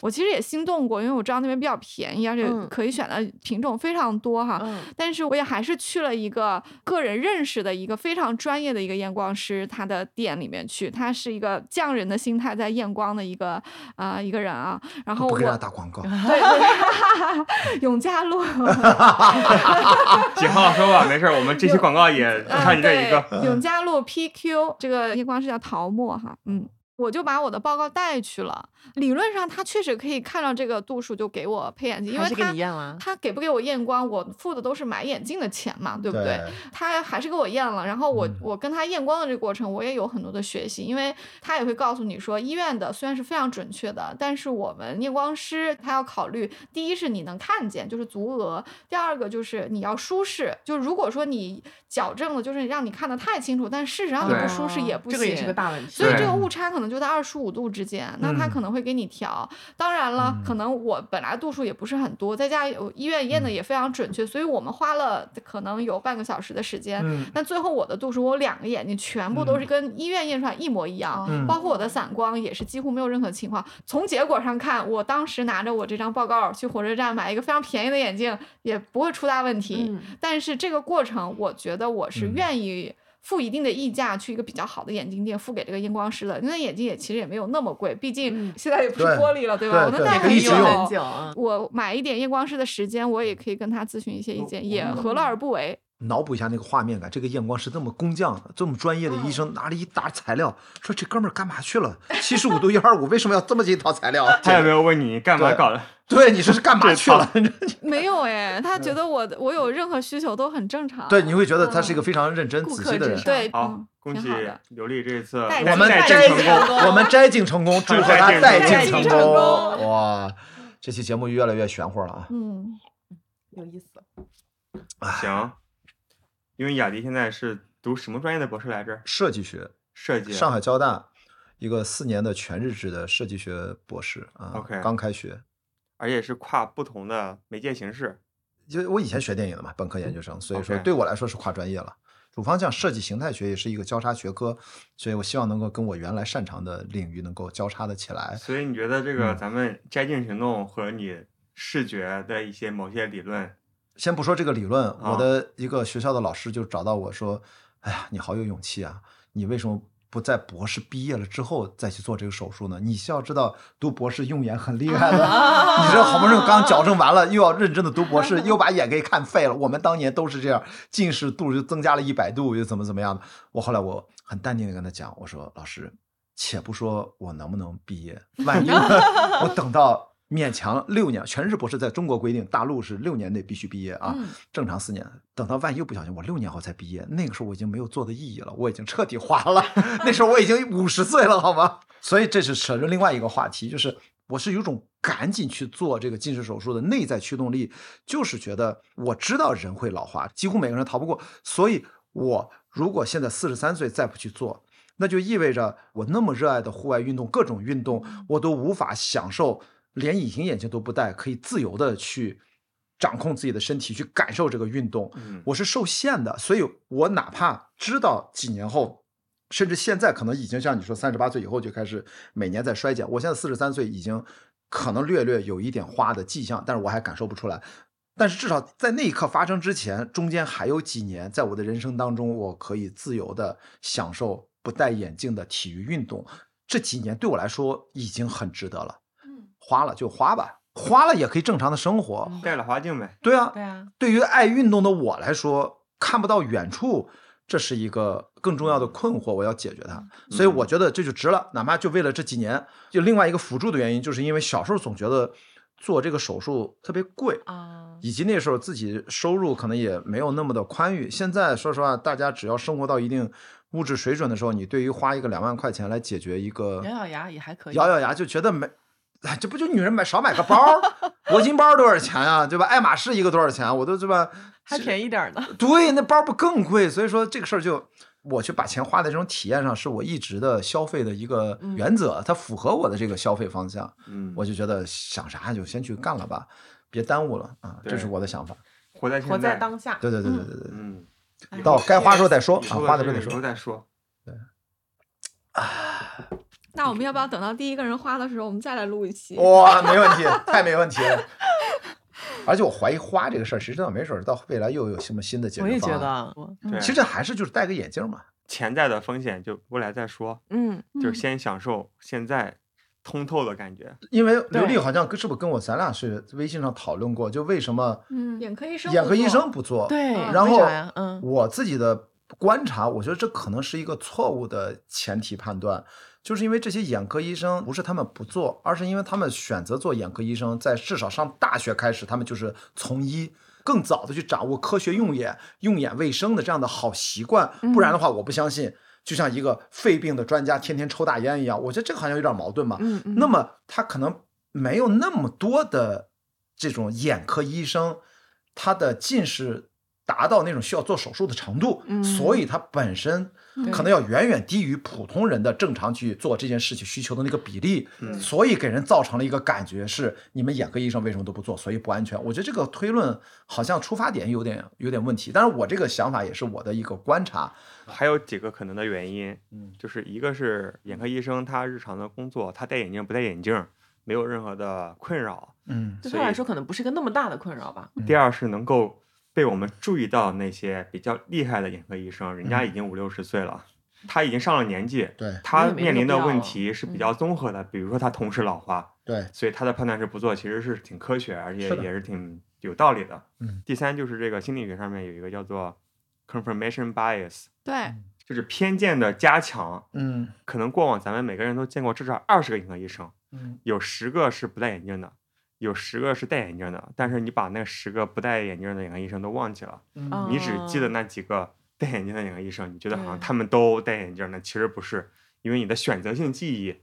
我其实也心动过，因为我知道那边比较便宜，而且
嗯
可以选的品种非常多哈。
嗯
但是我也还是去了一个个人认识的一个非常专业的一个验光师他的店里面去，他是一个匠人的心态在验光的一个呃一个人啊。然后
不
我
给大家打 广告，
对对， 永嘉路。
几号说吧，没事儿，我们这期广告也
啊
看你这一个。
对永嘉路 PQ 这个夜光是叫桃木哈，嗯。我就把我的报告带去了，理论上他确实可以看到这个度数就给我配眼镜，因
还
为
是给
他
你啊验了。
他给不给我验光，我付的都是买眼镜的钱嘛，对不对？他还是给我验了，然后我、
嗯
我跟他验光的这个过程，我也有很多的学习，因为他也会告诉你说，医院的虽然是非常准确的，但是我们验光师他要考虑，第一是你能看见，就是足额；第二个就是你要舒适，就如果说你矫正了，就是让你看得太清楚，但事实上你
对
不舒适也不行。
哦这个也是个大问题。
所以
对
这个误差可能就在二十五度之间，那
嗯
他可能会给你调。当然了，可能我本来度数也不是很多，在家有医院验
嗯
的也非常准确，所以我们花了可能有半个小时的时间。
嗯
但最后我的度数，我两个眼睛全部都是跟医院验出来一模一样，
嗯
包括我的散光也是几乎没有任何情况。从结果上看，我当时拿着我这张报告去火车站买一个非常便宜的眼镜，也不会出大问题。
嗯
但是这个过程，我觉得我
嗯
是愿意付一定的溢价去一个比较好的眼镜店付给这个验光师的，那眼镜也其实也没有那么贵，毕竟
嗯
现在也不是
对
玻璃了，对
对
吧？我能
对
戴
可
很嗯
以
以
使
久
用
用
很久啊。
我买一点验光师的时间，我也可以跟他咨询一些意见，
嗯
也何乐而不为？
脑补一下那个画面感，这个验光师这么工匠，这么专业的
嗯
医生，拿了一沓材料，说这哥们儿干嘛去了？七十五度一二五，为什么要这么几套材料？
他有没有问你干嘛
对
搞的？
对，你说是干嘛去了？
没有哎，他觉得我的我有任何需求都很正常。
嗯对，你会觉得他
嗯
是一个非常认真
嗯顾
仔
客
细的
至
人
上。
对，
好
嗯，
恭喜
挺好的。
刘丽这次
带
我们
带
摘
进
镜
成功。
我们摘镜成功，祝贺他
摘
镜
镜
成
成
功
功！哇，这期节目越来越玄乎了啊！
嗯，
有意思。
行，因为雅迪现在是读什么专业的博士来着？
设计学，
设计。
上海交大一个四年的全日制的设计学博士啊
OK
刚开学。
而且是跨不同的媒介形式。
就我以前学电影的嘛，本科研究生，所以说
OK
对我来说是跨专业了。主方向设计形态学也是一个交叉学科，所以我希望能够跟我原来擅长的领域能够交叉的起来。
所以你觉得这个
嗯
咱们摘镜行动和你视觉的一些某些理论，
先不说这个理论，
啊
我的一个学校的老师就找到我说：“哎呀，你好有勇气啊！你为什么不在博士毕业了之后再去做这个手术呢？你是要知道，读博士用眼很厉害的。你这好不容易刚矫正完了，又要认真的读博士，又把眼给看废了。我们当年都是这样，近视度就增加了一百度，又怎么怎么样的。我后来我很淡定的跟他讲，我说老师，且不说我能不能毕业，万一我等到勉强六年，全日制博士在中国规定，大陆是六年内必须毕业啊，
嗯
正常四年。等到万一又不小心我六年后才毕业，那个时候我已经没有做的意义了，我已经彻底花了，那时候我已经五十岁了，好吗？所以这是扯着另外一个话题，就是我是有种赶紧去做这个近视手术的内在驱动力，就是觉得我知道人会老化，几乎每个人逃不过，所以我如果现在四十三岁再不去做，那就意味着我那么热爱的户外运动，各种运动我都无法享受，连隐形眼镜都不戴，可以自由的去掌控自己的身体，去感受这个运动。
嗯，
我是受限的，所以我哪怕知道几年后甚至现在可能已经像你说，三十八岁以后就开始每年在衰减。我现在四十三岁，已经可能略略有一点花的迹象，但是我还感受不出来。但是至少在那一刻发生之前，中间还有几年，在我的人生当中，我可以自由的享受不戴眼镜的体育运动。这几年对我来说已经很值得了，
嗯，
花了就花吧，花了也可以正常的生活。
嗯
戴了花镜呗。
对啊，
对啊，
对于爱运动的我来说，看不到远处，这是一个更重要的困惑，我要解决它。所以我觉得这就值了，哪怕就为了这几年。就另外一个辅助的原因，就是因为小时候总觉得做这个手术特别贵。
啊，
以及那时候自己收入可能也没有那么的宽裕，现在说实话，大家只要生活到一定物质水准的时候，你对于花一个两万块钱来解决一个
咬咬牙也还可以。
咬咬牙就觉得没，哎，这不就女人买少买个包儿，铂金包多少钱啊，对吧？爱马仕一个多少钱？我都对吧？
还便宜点儿呢。
对，那包不更贵？所以说这个事儿就，我去把钱花在这种体验上，是我一直的消费的一个
嗯
原则，它符合我的这个消费方向，
嗯，
我就觉得想啥就先去干了吧，别耽误了啊，这
对
是我的想法。
活在现
活在当下。
对对对对对对，
嗯，
哎
到该花时候再说
以
啊，
后
花的时
事以后
候再说。
再说。
那我们要不要等到第一个人花的时候，我们再来录一 期？
哇，没问题，太没问题了。而且我怀疑花这个事儿，谁知道没准儿到未来又有什么新的解
我
决
也觉
方案。
得，啊我
对，
嗯其实还是就是戴个眼镜嘛。
潜在的风险就未来再说，
嗯，
就是
嗯
先享受现在通透的感觉。
因为刘
对
丽好像跟是不是跟我咱俩是微信上讨论过，就为什么
嗯，眼科医生，
眼科医生，不做？
对。
嗯
然
为
后
啥呀？嗯，
我自己的观察，我觉得这可能是一个错误的前提判断，就是因为这些眼科医生不是他们不做，而是因为他们选择做眼科医生，在至少上大学开始，他们就是从医。更早的去掌握科学用眼、用眼卫生的这样的好习惯，不然的话，我不相信，就像一个肺病的专家天天抽大烟一样，我觉得这个好像有点矛盾嘛。
嗯嗯
那么他可能没有那么多的这种眼科医生，他的近视达到那种需要做手术的程度，
嗯
所以他本身
嗯
可能要远远低于普通人的正常去做这件事情需求的那个比例，
嗯
所以给人造成了一个感觉是你们眼科医生为什么都不做，所以不安全。我觉得这个推论好像出发点有点有点问题，但是我这个想法也是我的一个观察，
还有几个可能的原因，
嗯
就是一个是眼科医生他日常的工作，他戴眼镜不戴眼镜没有任何的困扰。
嗯
对
所
他来
以
说可能不是一个那么大的困扰吧。
第二是能够被我们注意到那些比较厉害的眼科医生，人家已经五六十岁了，他已经上了年纪，
对
他
也没
面
嗯那
临
个
的
必要
问
了
题是比
嗯
较综合的，比如说他同时老化，
对，
所以他的判断是不做，其实是挺科学，而且
是的
也是挺有道理的。
嗯
第三就是这个心理学上面有一个叫做 confirmation bias，
对，
就是偏见的加强。
嗯
可能过往咱们每个人都见过至少二十个眼科医生，
嗯
有十个是不戴眼镜的，有十个是戴眼镜的，但是你把那十个不戴眼镜的眼科医生都忘记了，
嗯
你只记得
哦
那几个戴眼镜的眼科医生，你觉得好像
对
他们都戴眼镜呢，其实不是，因为你的选择性记忆。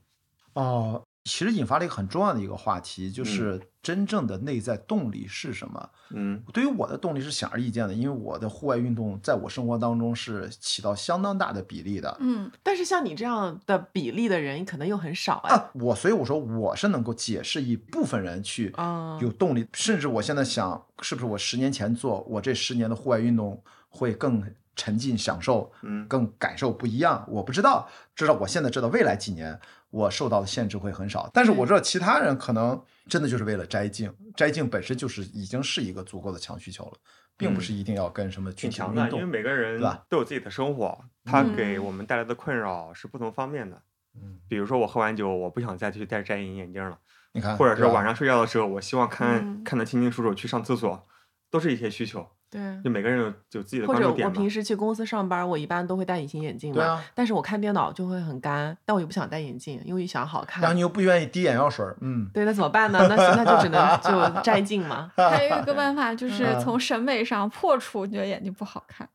哦，其实引发了一个很重要的一个话题，就是真正的内在动力是什么？
嗯
对于我的动力是显而易见的，因为我的户外运动在我生活当中是起到相当大的比例的。
嗯，
但是像你这样的比例的人，可能又很少哎。
啊，我所以我说我是能够解释一部分人去
啊
有动力，甚至我现在想，是不是我十年前做，我这十年的户外运动会更沉浸享受，
嗯
更感受不一样。我不知道，至少我现在知道未来几年我受到的限制会很少，但是
嗯
我知道其他人可能真的就是为了摘镜，摘镜本身就是已经是一个足够的强需求了，并不是一定要跟什么具
嗯挺
体的
强
运
的，因为
动。
每个人
吧
都有自己的生活，他
嗯
给我们带来的困扰是不同方面的。
嗯
比如说，我喝完酒，我不想再去戴摘隐眼镜了，
你看，
或者是
嗯对吧
晚上睡觉的时候，我希望看、
嗯
看得清清楚楚去上厕所，都是一些需求。
对。
就每个人有有自己的
或
关
者
注点
我
嘛
平。时去公司上班，我一般都会戴隐形眼镜嘛。
对啊
但是我看电脑就会很干，但我又不想戴眼镜，因为想好
然后
看
你。又不愿意滴眼药水儿， 嗯，
对，那怎么办呢？那行，那就只 能就摘镜嘛。
还有一 个办法就是
嗯
从审美上破除你觉得眼睛不好看，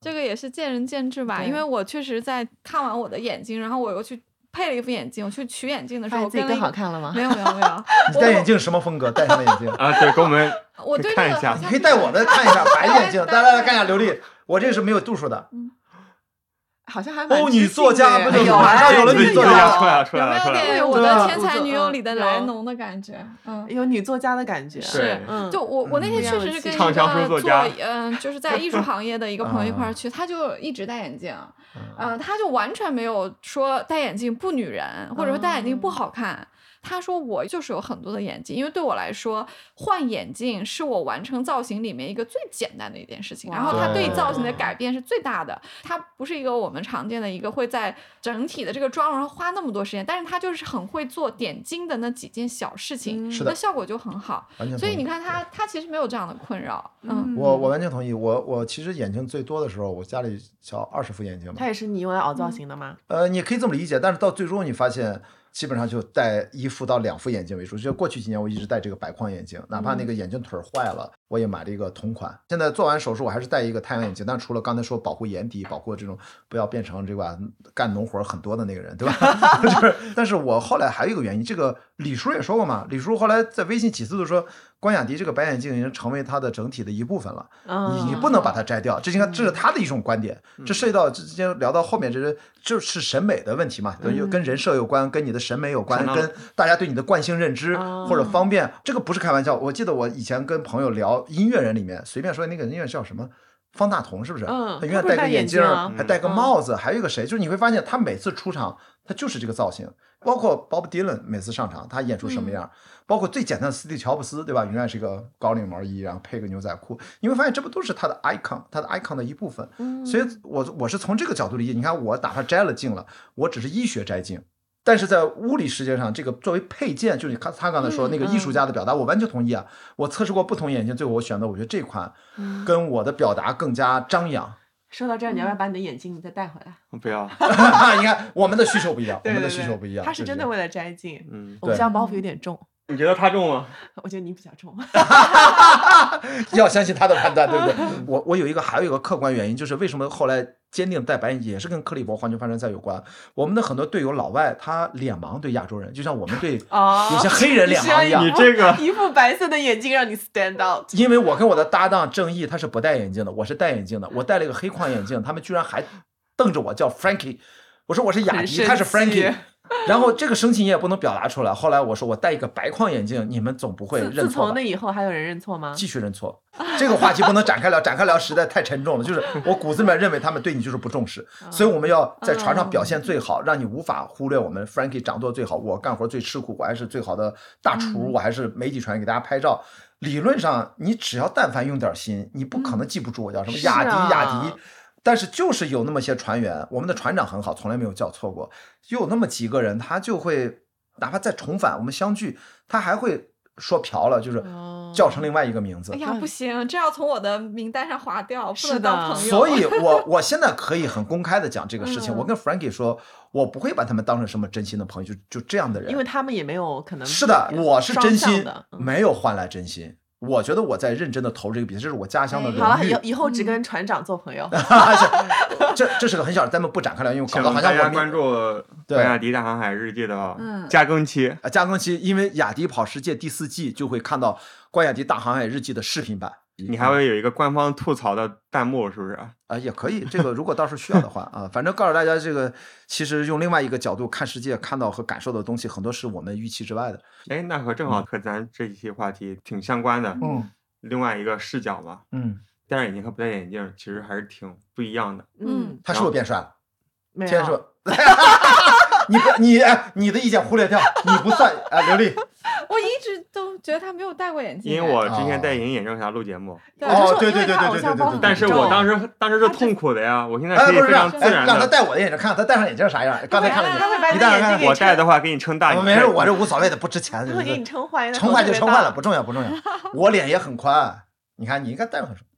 这个也是见仁见智吧。
对
因为我确实在看完我的眼睛，然后我又去配了一副眼镜，我去取眼镜的时
发
候，
现自己
哎我跟了
更
一
好
个。
看了吗
没？有没有没 有，
你戴眼镜什么 风格？戴什么眼镜？
啊，对，给我 们
我对这
看一
个
下
好
你
像
可以戴我的看一下白 眼镜，来来来，看一下刘丽，我这个是没有度数的。
好像
哦
还蛮
欧女作家不
知性的
就是
耶
马上
哎
有了
呦
女
哎
作
有
家？
出来了，出
有
来
没
了，出来
有
了。
点我
对
的
啊
天才女友里的
有
莱农的感觉？嗯，
有女作家的感觉。
是对
嗯，
就我我那天
嗯
确实是跟一
畅
个
想书
做呃
作家
嗯、就是在艺术行业的一个朋友一块儿去，他就一直戴眼镜，嗯、他就完全没有说戴眼镜不女人，或者说戴
嗯
眼镜不好看。他说我就是有很多的眼镜，因为对我来说换眼镜是我完成造型里面一个最简单的一件事情。然后他对造型的改变是最大的，他不是一个我们常见的一个会在整体的这个妆容上花那么多时间，但是他就是很会做点睛的那几件小事
嗯
情，
是的
那效果就很好。
完全同意。
所以你看他，他其实没有这样的困扰。嗯，
我我完全同意。我我其实眼镜最多的时候，我家里小二十副眼镜嘛
它，也是你用来熬造型的吗？
呃，你可以这么理解，但是到最终你发现，基本上就戴一副到两副眼镜为主。就过去几年，我一直戴这个白框眼镜，哪怕那个眼镜腿儿坏了，我也买了一个同款。现在做完手术，我还是戴一个太阳眼镜，但除了刚才说保护眼底，保护这种不要变成这个啊干农活儿很多的那个人，对吧？ 就是，但是我后来还有一个原因，这个李叔也说过嘛，李叔后来在微信几次都说，关雅迪这个白眼镜已经成为他的整体的一部分了。你你
嗯，
不能把它摘掉，这应该这是他的一种观点，这涉及到之前聊到后面，这是就是审美的问题嘛，等于
嗯
跟人设有关，跟你的审美有关
看，到了
跟大家对你的惯性认知
哦
或者方便，这个不是开玩笑。我记得我以前跟朋友聊音乐人里面，随便说那个音乐叫什么。方大同是不是？
嗯
他永
他
远
不是
戴个
戴眼
镜
镜啊，
还戴个
嗯
帽子，还有一个谁？就是你会发现他每次出场，他就是这个造型。包括 Bob Dylan 每次上场，他演出什
嗯
么样，包括最简单的斯蒂乔布斯，对吧？永远是一个高领毛衣，然后配个牛仔裤，你会发现这不都是他的 icon，他的 icon 的一部分。
嗯
所以我我是从这个角度理解。你看，我哪怕摘了镜了，我只是医学摘镜，但是在物理世界上，这个作为配件，就是你看他刚才
嗯
说那个艺术家的表达，我完全同意啊。我测试过不同眼镜，最后我选择我觉得这款
嗯
跟我的表达更加张扬。
说到这儿，你要不
嗯
要把你的眼镜再带回来？
不要，
你看，我们的需求不一样，我
对
们
对
的需求
对，
不一样。
他是
就
真
这
的
样
为了摘镜。
嗯，
偶像包袱有点重，
你觉得他中吗？
我觉得你比较重。
要相信他的 判断，对不对？我我有一个还有一个客观原因，就是为什么后来坚定戴白眼镜也是跟克利伯环球帆船赛有关。我们的很多队友老外他脸盲对亚洲人，就像我们对
哦
有些 黑人脸盲一样
你。这个
一副白色的眼镜让你 stand out，
因为我跟我的搭档郑毅他是不戴眼镜的，我是戴眼镜的，我戴了一个黑框眼镜，他们居然还瞪着我叫 Frankie，我说我是雅
很
迪，
生
他是
气
Frankie。然后这个生气你也不能表达出来。后来我说我戴一个白框眼镜，你们总不会
自
认
自
错吧
从那？以后还有人认错吗？
继续认错，这个话题不能展开聊， 展开聊实在太沉重了。就是我骨子里面认为他们对你就是不重视，
嗯
所以我们要在船上表现最好，让你无法忽略我们 Frankie 掌舵最好，我干活最吃苦，我还是最好的大
嗯
厨，我还是媒体船给大家拍照。理论上，你只要但凡用点心，你不可能记不住我叫什么
是
雅
啊
迪雅迪。但是就是有那么些船员，我们的船长很好，从来没有叫错过。就有那么几个人，他就会哪怕再重返我们相聚，他还会说瓢了，就是
哦
叫成另外一个名字。
哎呀，不行，这要从我的名单上划掉，不
是
能
的
当朋友。
所以我， 我现在可以很公开的讲这个事情。
嗯
我跟 Frankie 说，我不会把他们当成什么真心的朋友，就就这样的人。
因为他们也没有可能
是的，我是真
双向
心
的，。嗯
没有换来真心。我觉得我在认真的投这个比赛，这是我家乡的
哎
荣誉。
好了，以后以后只
嗯
跟船长做朋友。
这这是个很小的，咱们不展开了，因为搞
请
得好
大
像我
家
们
关注《
对
关雅迪大航海日记》的
嗯
加更期，
啊，加更期，因为雅迪跑世界第四季就会看到《关雅迪大航海日记》的视频版。
你还会有一个官方吐槽的弹幕，是不是？
啊，也可以。这个如果到时候需要的话啊，反正告诉大家，这个其实用另外一个角度看世界，看到和感受的东西，很多是我们预期之外的。
哎，那和正好和咱这一期话题挺相关的，
嗯
另外一个视角嘛，
嗯，
戴上眼镜和不戴眼镜其实还是挺不一样的。
嗯，
他是不是变帅了？
没
先
有。
说， 你不，你哎你的意见忽略掉，你不算啊，刘丽。
我一直都觉得他没有戴过眼镜哎，
因为我之前戴
哦
隐形眼镜下录节目，
对
我就
哦
说
对
因为
对
他
对
偶
对
像
对
包袱
对
嗯
对
但是
很
我
哦
重
当时当时是痛苦的呀，我现在可以
不是
非
这样
常，自
哎，
然
让他
的。
戴我的眼镜，看看他戴上眼镜啥样。刚才看了
他会
你，
把
你
你的
戴
眼
上看
镜
看。
我戴的话给你撑大，
我
你
哦没
看
事，我这无所谓的，不值 钱。
他会给你撑坏，
撑坏就撑坏了，不
重。
重要不重要。 我脸也很宽，你看你应该戴上很舒服。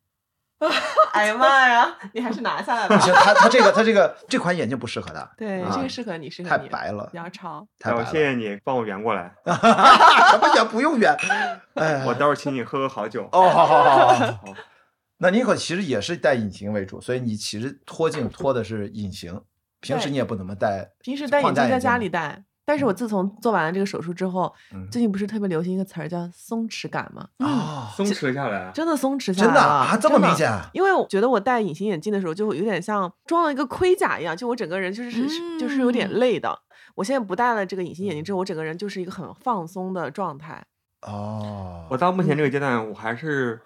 哎呀妈呀，你还是拿下来吧
不。行，他他这个他这个这款眼镜不适合他，
对，
啊
这个适合你，适合
太
你，
白了
你，要抄。
太白
我
了。
谢谢你帮我圆过来，
什么远不用远， 哎，
我待会儿请你喝个好酒。
哦，好好好好好。
好
那妮可其实也是戴隐形为主，所以你其实脱镜脱的是隐形，平时
对
你也不怎么戴。
平时戴眼
放大
镜
眼
在家
镜
里戴，但是我自从做完了这个手术之后，
嗯
最近不是特别流行一个词儿叫松弛感吗？
啊，
松弛下来，
真的松弛下来
真的啊，
了
这么
真的
明显啊？
因为我觉得我戴隐形眼镜的时候，就有点像装了一个盔甲一样，就我整个人就是、是就是有点
嗯
累的。我现在不戴了这个隐形眼镜
嗯
之后，我整个人就是一个很放松的状态。
哦
我，到目前这个阶段，我还是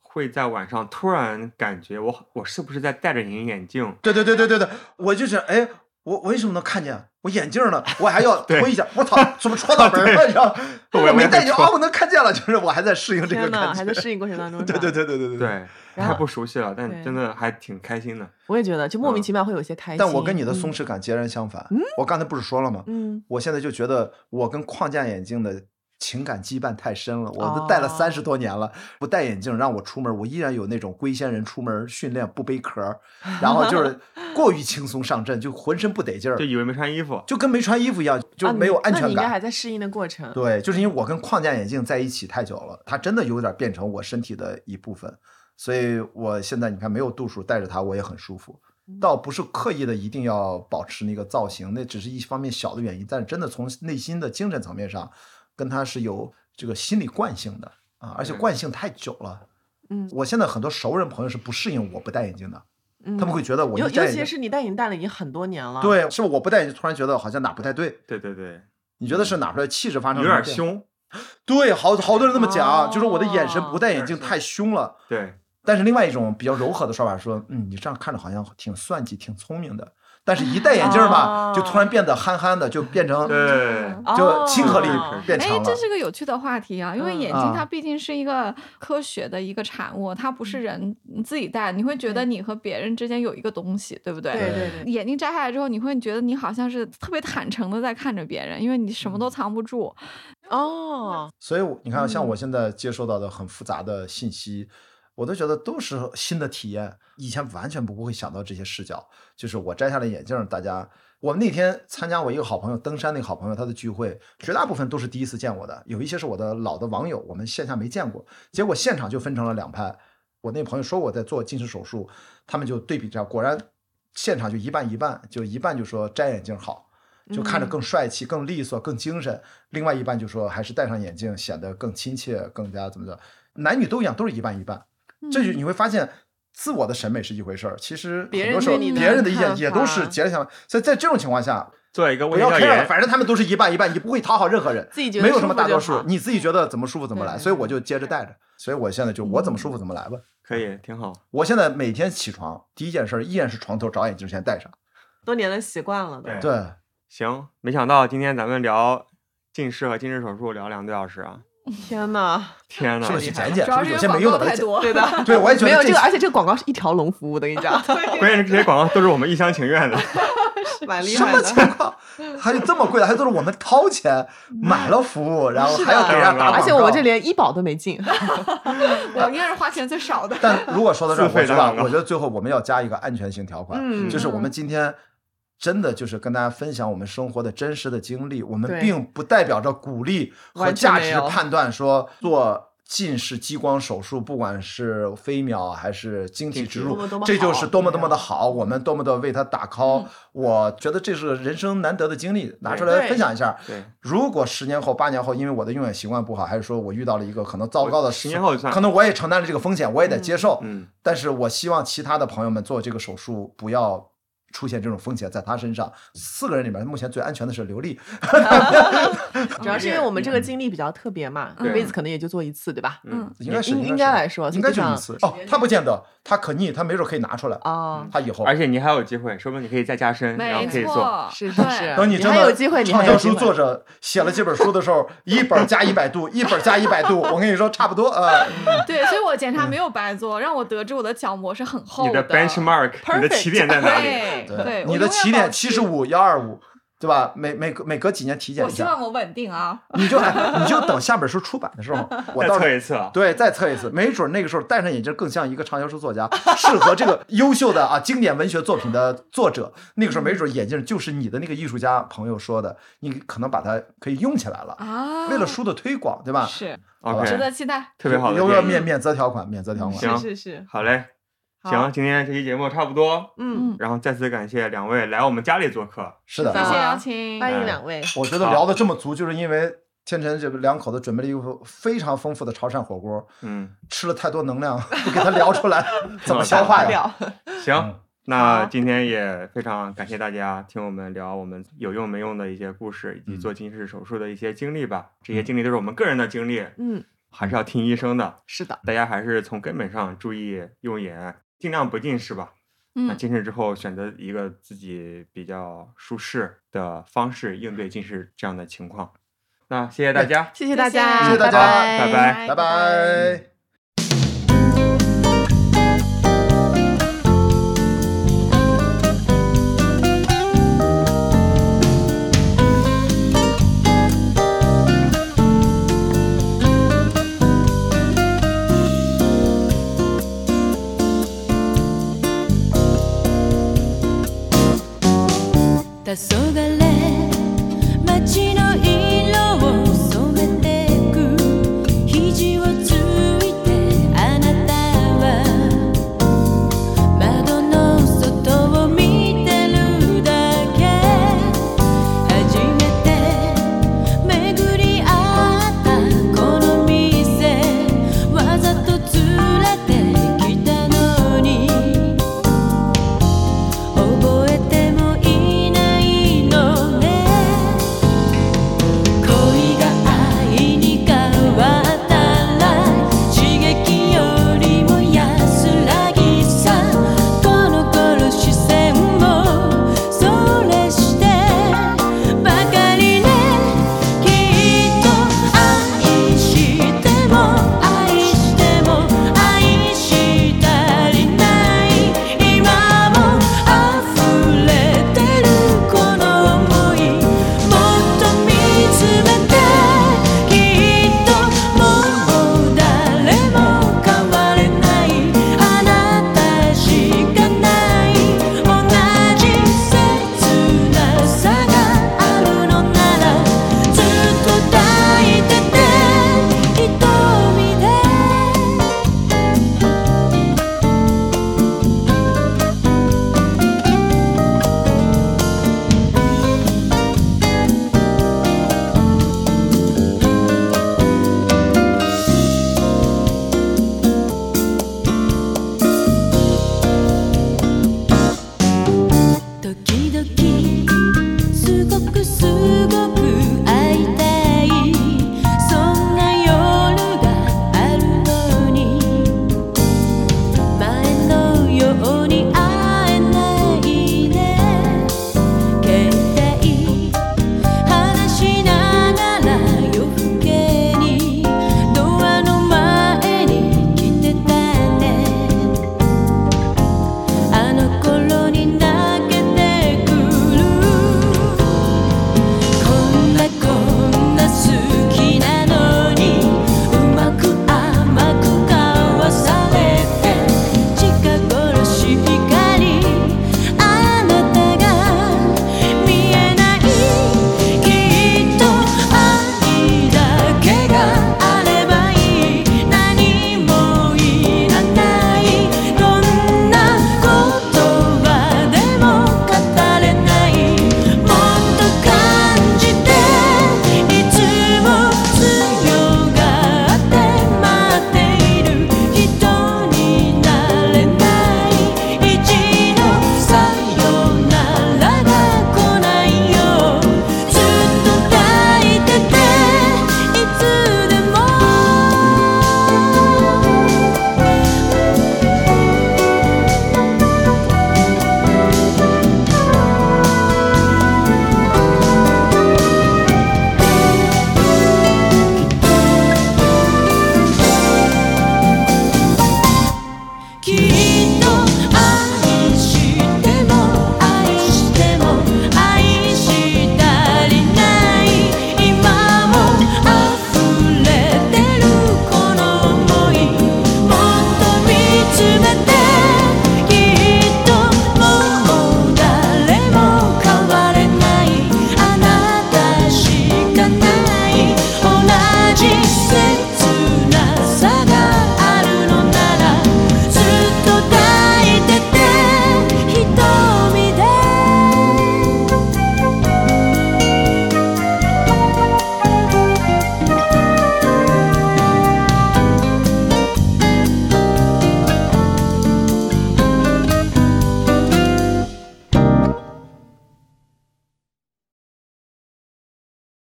会在晚上突然感觉我好我是不是在戴着隐形眼镜？
对对对对对对，我就是哎，我我为什么能看见？啊我眼镜呢？我 还要
对
推一下， 我操，怎么戳脑
哦
门儿了？你知道吗？
我也
我没
我也
戴眼镜
戳
啊，我能看见了，就是我还在适应这个
天呐，
感
还
觉。。
在适应过程当中 是
对
吧
对对对对对。
对，
然
太
后
不熟悉了，
对
但真的还挺开心的。
我也觉得，就莫名
嗯
其妙会有一些开心。
但我跟你的松
嗯，
弛感截然相反。我刚才不是说了吗？
嗯，
我现在就觉得我跟框架眼镜的情感羁绊太深了，我
哦
都戴了三十多年了，不戴眼镜让我出门，我依然有那种龟仙人出门训练不背壳儿，然后 就是过于轻松上阵，就浑身不得劲儿
就，以为没穿衣服，
就跟没穿衣服一样，就
啊
没有
你
安
那你
全
应该
感。
还在适应的过程。
对，就是因为我跟框架眼镜在一起太久了，它真的有点变成我身体的一部分，所以我现在你看没有度数戴着它我也很舒服，
嗯
倒不是刻意的一定要保持那个造型，那只是一方面小的原因，但是真的从内心的精神层面上，跟它是有这个心理惯性的啊，而且
对
惯性太久了。
嗯
我现在很多熟人朋友是不适应我不戴眼镜的，
嗯，
他们会觉得我一
尤
戴
尤
眼镜
其，是你戴眼镜戴了已经很多年了。，
对，是不是我不戴眼镜突然觉得好像哪不太对？
对对对，
你觉得是哪儿的气质发生
有
了什么
点
变化
凶，
对，好好多人这么讲，
哦
就说我的眼神不戴眼镜
是是
太凶了。
对，
但是另外一种比较柔和的说法说，嗯，你这样看着好像挺算计、挺聪明的，但是一戴眼镜吧，
哦
就突然变得憨憨的，就变成
对，
就亲和力
哦
变
哎
强，了
这。是个有趣的话题啊，因为
嗯
眼
啊
睛它毕竟是一个科学的一个产物，它不是人自己戴，你会觉得
嗯对
你和别人之间有一个东西，对不对？
对对
对
对，
眼镜摘下来之后，你会觉得你好像是特别坦诚的在看着别人，因为你什
嗯
么都藏不住。
哦，
所以我你看，像
嗯
我现在接收到的很复杂的信息，我都觉得都是新的体验，以前完全不会想到这些视角。就是我摘下了眼镜，大家。我那天参加我一个好朋友登山那个好朋友他的聚会，绝大部分都是第一次见我的，有一些是我的老的网友，我们线下没见过，结果现场就分成了两派。我那朋友说我在做近视手术，他们就对比着，果然现场就一半一半，就一半就说摘眼镜好，就看着更帅气、更利索、更精神；另外一半就说还是戴上眼镜显得更亲切、更加怎么着。男女都一样，都是一半一半。
嗯
这就你会发现，自我的审美是一回事儿，其实
别
很
人
多时候
对你的
别人的意见
看
也都是
法
截然相反。所以在这种情况下，
做一个
不
问
要
调
care，
研，
反正他们都是一半一半，你不会讨好任何人，
自己觉得
没有什
舒
么
服就
大多数
好，
你自己觉得怎么舒服怎么来。
对嗯
所以我就接着戴着，所以我现在就我怎么舒服怎么来吧。
可以，挺好。
我现在每天起床第一件事儿依然是床头找眼镜先戴上。
多年的习惯了都。
对
对，
行，没想到今天咱们聊近视和近视手术聊两个多小时啊！
天呐，
天呐
是，不是去
厉害
剪剪？是
主
不是
要是
有
因
些
为
没用的
广
把
告
它
太
剪？
多，
对 的，
对，我也觉
没
得
有
这
这个，
期
而且这个广告是一条龙服务的，跟你讲，
关键是这些广告都是我们一厢情愿的。
蛮厉
什
害
么情
的。
况？还有这么贵的，还都是我们掏钱买了服务，然后
嗯是
还要
的
给人家啊打广告。
而且我们这连医保都没 进，
我应该是花钱最少的。
但如果说到这儿，
自
我
费
觉
的
得
广告
我觉得最后我们要加一个安全性条款，
嗯
就是我们今天。真的就是跟大家分享我们生活的真实的经历，我们
对
并不代表着鼓励和
完全
价
没
值
有
判断说做近视激光手术，不管是飞秒还是晶体植入
多么多，么
这就
好
是多么多么的
没有
好，我们多么的为他打 call。我觉得这是人生难得的经历，拿出来
对
分享一下。
对，
如果十年后、八年后，因为我的用眼习惯不好，还是说我遇到了一个可能糟糕的
十
事
年后就算
可能我也承担了这个风险，我也得接受。
嗯，
但是我希望其他的朋友们做这个手术不要。出现这种风险在他身上，四个人里面目前最安全的是刘丽，
主要是因为我们这
嗯
个经历比较特别嘛，一
对
辈子可能也就做一次，对吧？
嗯，
应该是
应
应
该
是
来说
应该
实际
就一
上
次哦，他不见得，他可逆，他没准可以拿出来，
啊，
他以后
而且你还有机会，说不定你可以再加深，然
没
后可以做。
错，
是是
对
是，
等你真
还有
的
机会，你
畅
还有
销
机
书
会。
作者写了这本书的时 候，一本加一百度，一本加一百度，我跟你说差不多啊，
对，所以我检查没有白做，让我得知我的角膜是很厚
你的 benchmark，你的
Perfect
起点在哪里？
对
对，
对，
你的起点七十。五幺二五，对吧？每每隔每隔几年体检
我
一
希
下，
望我稳定啊！
你就哎你就等下本书出版的 时候，我
再
到时候
测一次啊！
对再测一次，没准那个时候戴上眼镜更像一个畅销书作家，适合这 个优秀的啊经典文学作品的作者。那个时候没准眼镜就是你的那个艺术家朋友说的，你可能把它可以用起来了，
啊，
为了书的推广，对吧？
是值
OK，
得期待。
特别好的
有有
建议。
免免责条款，免责条款。
行
是是是，
好嘞，
好
行，今天这期节目差不多，
嗯，
嗯，
然后再次感谢两位来我们家里做客。
是的啊
谢
是，
谢邀请，
嗯欢
嗯
迎两位。
我觉得聊的这么足，就是因为天辰这两口子准备了一个非常丰富的潮汕火锅，
嗯，
吃了太多能量， 不给他聊出 来，怎么消化呀？
掉，
行
嗯，
那
好
今天也非常感谢大家听我们聊我们有用没用的一些故事，以及
嗯
做近视手术的一些经历吧。这些经历都是我们个人的经历，
嗯，
还是要听医生的。
是的，
大家还是从根本上注意用眼，尽量不近视吧。那
嗯，
近视之后，选择一个自己比较舒适的方式应对近视这样的情况。那谢谢大家。嗯
谢谢大家，
谢谢大家
拜
哎拜拜。